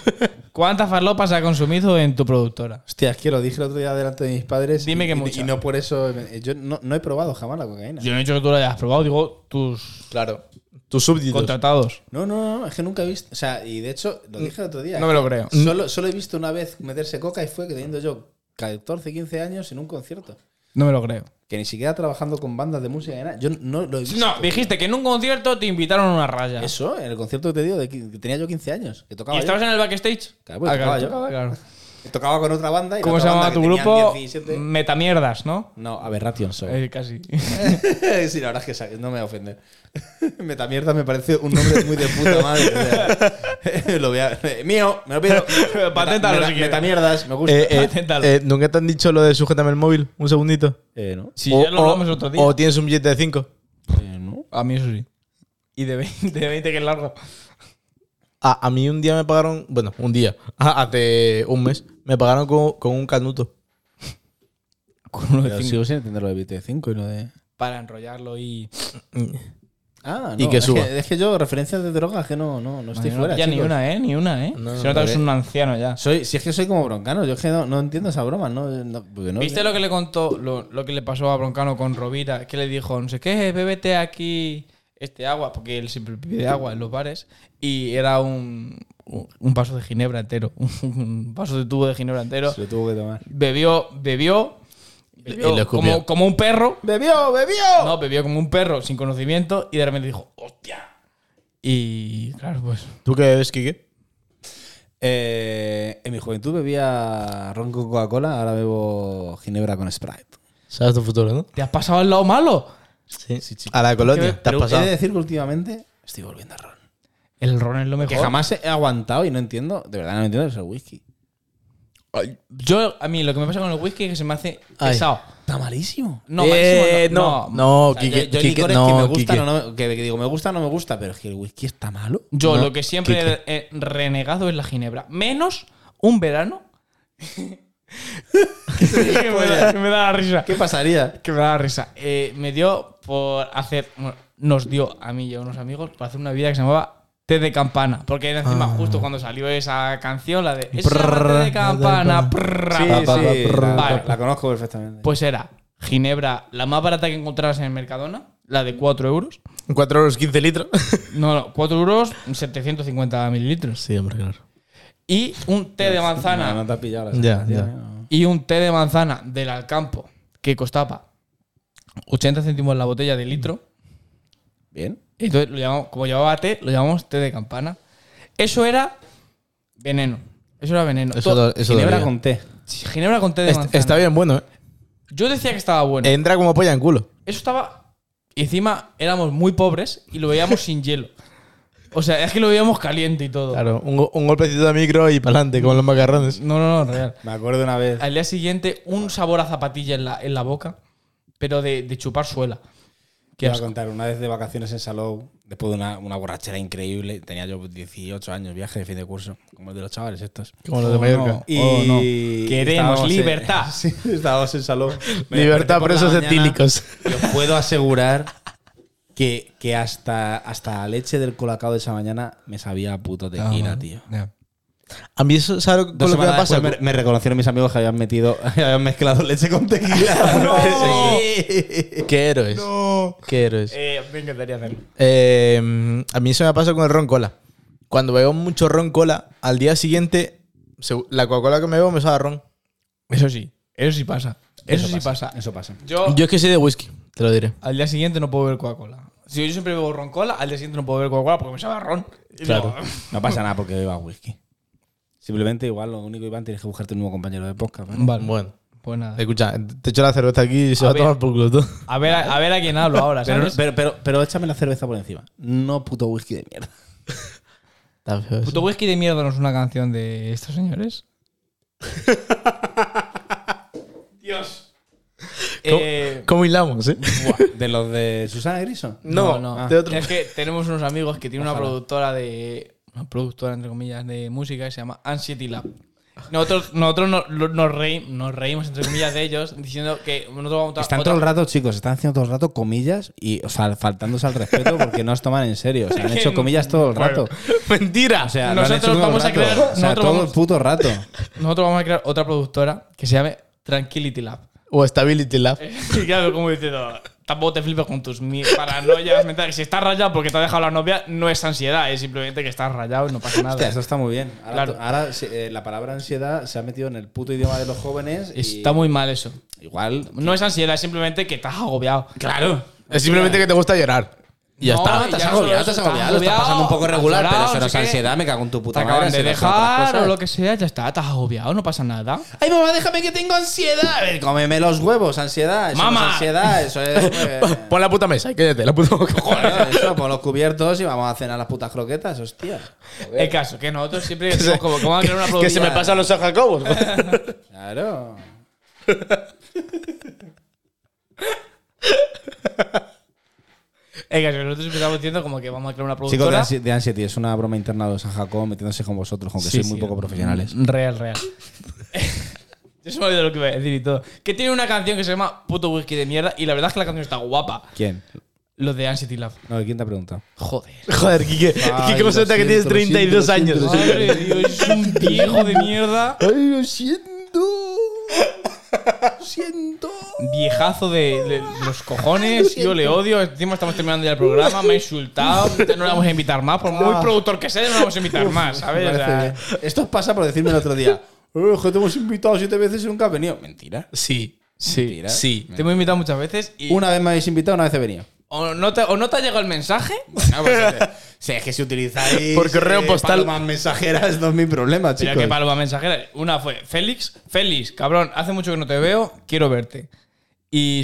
S2: cuántas farlopas ha consumido en tu productora?
S1: [laughs] Hostia, es que lo dije el otro día delante de mis padres.
S2: Dime
S1: y,
S2: que
S1: y-
S2: muchas.
S1: Y no por eso. eh, Yo no, no he probado jamás la cocaína.
S2: Yo no he dicho que tú lo hayas probado, digo tus
S3: Claro. Tus súbditos.
S2: contratados.
S1: No, no, no, es que nunca he visto. O sea, y de hecho, lo dije el otro día. eh,
S2: No me lo creo.
S1: Solo, solo he visto una vez meterse coca y fue que teniendo yo 14, 15 años en un concierto.
S2: No me lo creo.
S1: Que ni siquiera trabajando con bandas de música ni nada. Yo no lo he visto.
S2: No, dijiste que en un concierto te invitaron a una raya.
S1: Eso, en el concierto que te digo, de qui- que tenía yo 15 años. Que
S2: ¿Y
S1: tocaba,
S2: estabas
S1: yo.
S2: en el backstage?
S1: Claro, pues, tocaba yo.
S2: tocaba, claro.
S1: Que tocaba con otra banda. Y la
S2: ¿Cómo se
S1: otra
S2: llama
S1: banda
S2: tu
S1: que tenían
S2: grupo?
S1: 17.
S2: Metamierdas, ¿no?
S1: No, Aberration soy.
S2: Eh, [laughs]
S1: [laughs]
S2: casi.
S1: sí, la verdad es que sabes, no me [laughs] ofende. Metamierda me parece un nombre muy de puta madre. o sea, [laughs] lo voy a- eh, mío, me lo [laughs] pido.
S2: Paténtalo
S1: Meta-
S2: si quieres.
S1: Metamierdas, me gusta.
S3: Eh, eh,
S2: Inténtalo.
S3: eh, ¿Nunca te han dicho lo de sujétame el móvil? Un segundito.
S1: Eh, ¿no?
S2: Si ya lo hablamos otro día.
S3: o tienes un billete de 5.
S1: Eh, ¿no?
S2: A mí eso sí. Y de 20, de 20 que es largo.
S3: A, a mí un día me pagaron, bueno, un día, [laughs] a- hace un mes, me pagaron con, con un canuto.
S2: Con uno
S1: Pero sigo sin entender lo de BT5 y lo de.
S2: Para enrollarlo y.
S1: Ah,
S3: Y
S1: no,
S3: que
S1: es
S3: suba.
S1: es que yo, referencias de drogas, que no, no, no estoy
S2: Madre, no
S1: fuera.
S2: pilla ni
S1: chicos.
S2: una, ¿eh? Ni una, ¿eh?
S3: No,
S2: Se
S3: no,
S2: nota que
S3: no,
S2: es un anciano ya.
S1: Soy, si es que soy como broncano, yo es que no, no entiendo esas bromas, ¿no? no, porque no-
S2: ¿Viste lo que le contó, lo, lo que le pasó a Broncano con Rovira? Que le dijo, no sé qué, bébete aquí este agua, porque él siempre pide agua en los bares, y era un, un vaso de ginebra entero, [laughs] un vaso de tubo de ginebra entero.
S1: Se lo tuvo que tomar.
S2: Bebió, bebió, bebió
S3: lo escupió.
S2: como, como un perro,
S1: ¡Bebió, bebió!
S2: no, bebió como un perro sin conocimiento, y de repente dijo, ¡hostia! Y claro, pues.
S3: ¿Tú qué bebes, Kike?
S1: Eh, en mi juventud bebía ron con Coca-Cola, ahora bebo ginebra con Sprite.
S3: Sabes tu futuro, ¿no?
S2: ¿Te has pasado al lado malo?
S3: Sí. A la colonia, te has
S1: Pero he de
S3: pasado.
S1: decir que últimamente estoy volviendo a ron.
S2: El ron es lo mejor.
S1: Que jamás he aguantado y no entiendo, de verdad no entiendo, es el whisky.
S2: Yo, a mí, lo que me pasa con el whisky es que se me hace
S3: Ay.
S2: pesado.
S1: Está malísimo.
S2: No,
S3: Eh,
S2: máximo no.
S3: no, no,
S1: O sea,
S3: Kike,
S1: yo, yo hay
S3: Kike,
S1: licores que me
S3: no,
S1: gustan
S3: Kike.
S1: o no me- que, que digo, me gusta o no me gusta, pero es que el whisky está malo.
S2: Yo
S3: No,
S2: lo que siempre he he renegado es la ginebra. Menos un
S3: [laughs]
S2: verano. [laughs] que, me da, que me da la risa.
S1: ¿Qué pasaría?
S2: Que me da la risa. Eh, me dio por hacer. bueno, nos dio a mí y a unos amigos por hacer una vida que se llamaba Té de Campana. Porque era encima justo cuando salió esa canción, la de. "Ese
S3: Prrr,
S2: Té de Campana.
S3: la
S2: prrr".
S1: Sí,
S3: pa, pa,
S1: sí,
S3: prr,
S1: la,
S2: vale.
S1: la conozco perfectamente.
S2: Pues era ginebra, la más barata que encontraras en el Mercadona, la de 4 euros.
S3: 4 euros 15 litros.
S2: No, no, 4 euros, 750 mililitros.
S3: sí, hombre, claro.
S2: Y un té
S1: No,
S2: de
S1: no
S2: manzana.
S1: te has pillado la
S3: Ya,
S1: sensación,
S3: ya.
S1: ¿eh? No.
S2: Y un té de manzana del Alcampo, que costaba 80 céntimos la botella de litro.
S1: Bien.
S2: Entonces, lo llamamos- como llevaba té, lo llamamos té de campana. Eso era veneno. Eso era veneno.
S3: Eso,
S2: To-
S3: do- eso
S1: Ginebra
S3: dolía.
S1: con té.
S2: Ginebra con té de
S3: Est-
S2: manzana.
S3: Está Eh. bien bueno, ¿eh?
S2: Yo decía que estaba bueno.
S3: Entra como polla en culo.
S2: Eso estaba. Y encima éramos muy pobres y lo veíamos sin hielo. O sea, es que lo veíamos caliente y todo.
S3: Claro, un, go- un golpecito de micro y pa'lante, como los macarrones.
S2: No, no, no, real.
S1: Me acuerdo una vez.
S2: Al día siguiente, un sabor a zapatilla en la, en la boca, pero de, de chupar suela.
S1: Te
S2: Qué
S1: iba a
S2: asco.
S1: contar, una vez de vacaciones en Salou, después de una, una borrachera increíble, tenía yo 18 años, viaje de fin de curso, como el de los chavales estos.
S3: Como los de Mallorca.
S1: Y
S2: Oh, no. Queremos
S1: estábamos [laughs] en-
S2: libertad.
S1: sí,
S3: [laughs]
S1: estábamos en Salou. Me desperté
S3: Libertad,
S1: por la
S3: presos
S1: mañana,
S3: etílicos.
S1: y os puedo asegurar que, que hasta, hasta la leche del colacao de esa mañana me sabía a puto tequila, tío.
S2: Ya.
S3: A mí eso, ¿sabes con
S1: Dos
S3: Ah, Pues lo que me
S1: semanas
S3: pasa? pues-
S1: después me, me reconocieron mis amigos que habían metido, [laughs] habían mezclado leche con
S3: [laughs]
S1: tequila.
S2: ¡No!
S1: [laughs] Sí.
S3: ¿Qué héroes?
S2: No.
S3: ¿Qué héroes?
S2: me encantaría hacerlo.
S3: Eh, a mí eso me pasa con el ron cola. Cuando bebo mucho ron cola, al día siguiente, segu- la Coca-Cola que me bebo me sabe a ron.
S2: Eso sí, eso sí pasa. Eso, sí pasa.
S1: Eso pasa.
S2: Yo,
S3: Yo es que soy de whisky, te lo diré.
S2: al día siguiente no puedo beber Coca-Cola. Si yo siempre bebo ron cola, al día siguiente no puedo beber Coca-Cola porque me sabe a ron. Y "Ah,
S3: Claro.
S2: no.
S1: No pasa nada porque beba whisky. Simplemente, igual, lo único, Iván, tienes que buscarte un nuevo compañero de podcast. ¿vale?
S2: Vale,
S3: Bueno,
S2: pues nada.
S3: escucha, te echo la cerveza aquí y se
S2: A
S3: va
S2: ver.
S3: a tomar por culo todo.
S2: A ver a, a ver a quién hablo ahora,
S1: Pero,
S2: ¿sabes?
S1: pero, pero, pero échame la cerveza por encima. No puto whisky de mierda.
S3: Está feo eso.
S2: Puto whisky de mierda no es una canción de estos señores. [laughs] Dios.
S3: ¿Cómo,
S2: Eh,
S3: cómo hilamos, eh?
S1: [laughs] ¿De los de Susana Grison?
S2: no,
S3: no,
S2: no.
S3: de otro.
S2: Es que tenemos unos amigos que tienen una productora de. Una productora, entre comillas, de música que se llama Anxiety Lab. Nosotros, nosotros no- lo- nos, reí- nos reímos, entre comillas, de ellos, diciendo que nosotros vamos a montar
S1: Están
S2: otra-
S1: todo el rato, chicos, están haciendo todo el rato comillas y o sea, faltándose al respeto porque no os toman en serio. O
S2: [laughs]
S1: sea, han hecho comillas todo el rato.
S3: Mentira.
S1: O sea, lo han
S2: Nosotros
S1: hecho todo el
S2: vamos a
S1: rato.
S2: crear-
S1: O sea,
S2: nosotros
S1: todo
S2: vamos-
S1: el puto
S2: [laughs]
S1: rato.
S2: Nosotros vamos a crear otra productora que se llame Tranquility [laughs] Lab.
S3: O Stability Lab.
S2: Y claro, como diciendo, tampoco te flipes con tus mi- paranoias mentales. Si estás rayado porque te ha dejado la novia, no es ansiedad, es simplemente que estás rayado y no pasa nada.
S1: Hostia, eso está muy bien. Ahora,
S2: Claro.
S1: ahora, sí, eh, la palabra ansiedad se ha metido en el puto idioma de los jóvenes. y-
S2: Está muy mal eso.
S1: Igual.
S2: No es ansiedad, es simplemente que estás agobiado. Claro.
S3: Es simplemente que te gusta llorar. eh. Y ya
S2: No,
S3: está.
S2: estás agobiado, estás agobiado, lo estás pasando un poco regular, pero eso no es ansiedad,
S1: me cago en tu
S2: Te acaban de dejar o lo que sea, ya está, estás agobiado, no pasa nada.
S1: ¡Ay, mamá, déjame que tengo ansiedad! A ver, cómeme los huevos, ansiedad. Eso no
S2: ¡Mamá!
S1: es ansiedad, eso
S2: [laughs]
S1: es. eh,
S3: Pon la puta mesa y cállate, la puta boca.
S1: Claro, eso, pon los cubiertos y vamos a cenar las putas croquetas, hostia.
S2: El caso, que
S1: [laughs]
S2: nosotros siempre decimos como, ¿cómo van a crear una
S3: [laughs] que se me
S2: productora?
S3: pasan los San Jacobos.
S1: Claro.
S2: El caso, que nosotros siempre estamos diciendo como que vamos a crear una
S1: Chicos de,
S2: productora.
S1: ansi- de Ansiety, es una broma interna de San Jacob metiéndose con vosotros, aunque
S2: Sí,
S1: sois muy
S2: sí. mm,
S1: poco profesionales.
S2: Real, real. [laughs] Yo se me olvidó lo que iba a decir y todo. Que tiene una canción que se llama Puto Whisky de Mierda y la verdad es que la canción está guapa.
S1: ¿Quién?
S2: Lo de Anxiety Love.
S1: No, ¿quién te ha preguntado?
S2: Joder.
S3: [laughs] Joder, Kike,
S1: Ay,
S3: Kike, ¿cómo se
S1: lo
S3: nota que tienes
S1: siento, lo siento,
S3: 32
S1: lo siento,
S3: años?
S1: lo siento.
S2: Madre de Dios, es un viejo de mierda.
S1: ¡Ay, lo siento! [laughs] siento.
S2: Viejazo de, de los cojones. Yo le odio. Encima estamos terminando ya el programa. Me ha insultado. No le vamos a invitar más. Por muy productor que sea, no le vamos a invitar más, ¿sabes? O sea,
S1: Esto os pasa por decirme el otro [laughs] día. "Eh, que te hemos invitado siete veces y nunca has venido. Mentira.
S3: Sí,
S2: sí.
S1: Mentira.
S3: sí.
S2: Te hemos invitado muchas veces y.
S1: ¿Eh? Una vez me habéis invitado, una vez he venido.
S2: O, no te, o no te ha llegado el mensaje.
S1: [laughs]
S2: Eh,
S1: No, pues, eh, si es que si utilizáis.
S3: Por correo postal.
S1: Más mensajeras, no es mi problema,
S2: Mira
S1: chicos.
S2: qué paloma mensajera. Una fue Félix, Félix, cabrón, hace mucho que no te veo, quiero verte. Y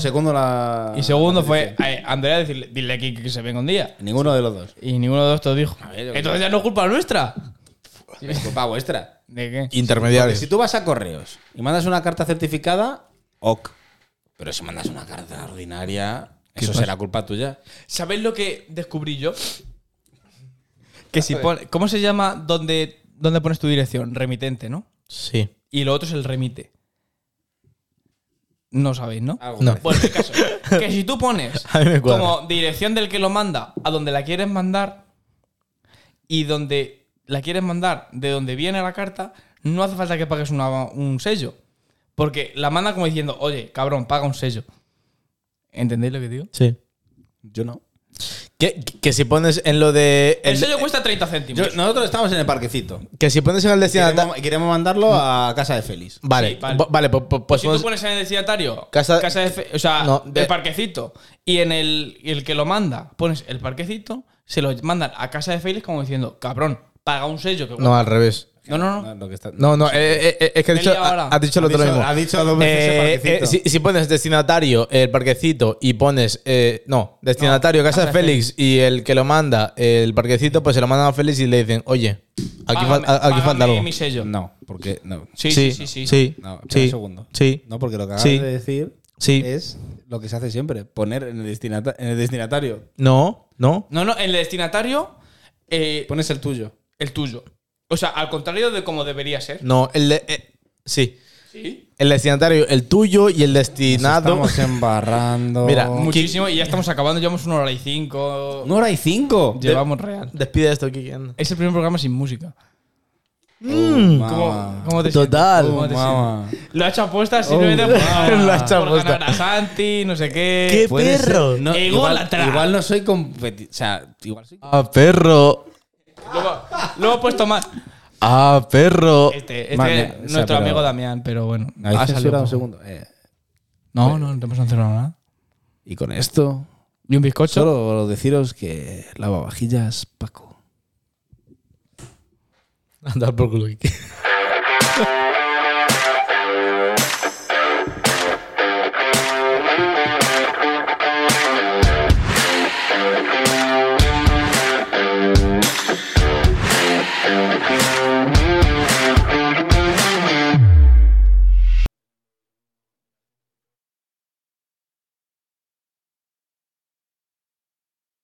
S1: segundo, segundo la.
S2: y segundo
S1: la
S2: fue
S1: petición.
S2: eh, Andrea decirle, dile aquí que se venga un día.
S1: Ninguno de los dos.
S2: Y ninguno de los te dijo.
S1: ver, yo-
S2: Entonces ya no es culpa nuestra.
S1: Es culpa vuestra.
S2: ¿De qué?
S1: Porque
S3: Intermediarios.
S1: si tú vas a correos y mandas una carta certificada, ok. Pero si mandas una carta ordinaria, eso será culpa tuya.
S2: ¿Sabéis lo que descubrí yo? Que [laughs] si pone- ¿Cómo se llama donde, donde pones tu dirección? Remitente, ¿no?
S3: Sí.
S2: Y lo otro es el remite. No sabéis, ¿no?
S1: Algo
S3: No.
S1: parecido.
S2: Bueno, el caso. Que si tú pones
S3: [laughs] A mí me cuadra.
S2: como dirección del que lo manda a donde la quieres mandar y donde la quieres mandar de donde viene la carta, no hace falta que pagues una- un sello. Porque la manda como diciendo, oye, cabrón, paga un sello. ¿Entendéis lo que digo?
S3: Sí.
S1: Yo no.
S3: Que, que si pones en lo de.
S2: El,
S3: el-
S2: sello cuesta 30 céntimos.
S1: Yo- nosotros estamos en el parquecito.
S3: que si pones en el destinatario.
S1: Queremos, queremos mandarlo a casa de Félix.
S3: Vale,
S2: Sí, vale.
S3: vale. vale, pues, pues- pues
S2: si tú
S3: pones-
S2: pones en el destinatario casa,
S3: Casa-
S2: de fe- o sea,
S3: no, de-
S2: el parquecito y en el, y el que lo manda pones el parquecito, se lo mandan a casa de Félix como diciendo, cabrón, paga un sello. Que
S3: No, al revés.
S2: no, no, no.
S1: No, lo que está-
S3: No, no, eh, eh, eh, es que has
S2: Me he
S3: dicho,
S2: liado ahora.
S3: ha- has dicho lo
S1: Ha
S3: otro
S1: dicho-
S3: mismo.
S1: ha dicho dos veces el
S3: Eh,
S1: parquecito.
S3: eh, si, si pones destinatario, el parquecito, y pones. eh, no, destinatario, casa de Félix, y el que lo manda, el parquecito, pues se lo mandan a Félix y le dicen, oye, aquí, fal-
S2: Págame-
S3: a- aquí
S2: págame
S3: falta algo.
S2: mi sello.
S1: No, porque. No.
S2: Sí, sí, sí. sí,
S3: sí.
S1: No, espera
S3: sí,
S1: un segundo.
S3: Sí.
S1: No, porque lo que acabas
S3: Sí.
S1: de decir
S3: Sí.
S1: es lo que se hace siempre: poner en el, destinata- en el destinatario.
S3: No, no.
S2: No, no, el destinatario, eh,
S1: Pones el tuyo.
S2: el tuyo. O sea, al contrario de como debería ser.
S3: No, el de. eh, sí. El destinatario, el tuyo y el destinado.
S1: Estamos embarrando.
S3: [laughs] Mira,
S2: Muchísimo, y ya estamos acabando, llevamos una hora y cinco.
S1: ¿Una hora y cinco?
S2: llevamos real.
S3: [laughs] Despide esto, Kiki. anda.
S2: Es el primer programa sin música.
S1: Mm,
S2: ¿Cómo, cómo te
S3: Total.
S1: Uh,
S2: sientes? ¿Cómo te
S1: Mama.
S2: sientes? Ah. Lo ha hecho apuesta simplemente [laughs]
S3: Oh,
S2: por,
S3: lo ha hecho
S2: por
S3: aposta.
S2: ganar a Santi, no sé qué.
S3: ¿Qué
S1: Puede ser-
S3: perro?
S1: no, igual,
S2: Ególatra.
S1: igual no soy competi... O sea, igual soy...
S3: Ah, perro.
S2: Luego, luego he puesto más.
S3: Ah, perro.
S2: Este, este
S1: Vale,
S2: es
S1: o sea,
S2: nuestro
S1: pero-
S2: amigo Damián, pero bueno. ha
S1: ¿Habéis censurado
S2: salido.
S1: un segundo? Eh,
S2: No, no, no te hemos censurado nada.
S1: y con esto,
S2: ¿Y un bizcocho?
S1: solo deciros que lavavajillas, Paco.
S3: [laughs] Andar por culo, Kiki.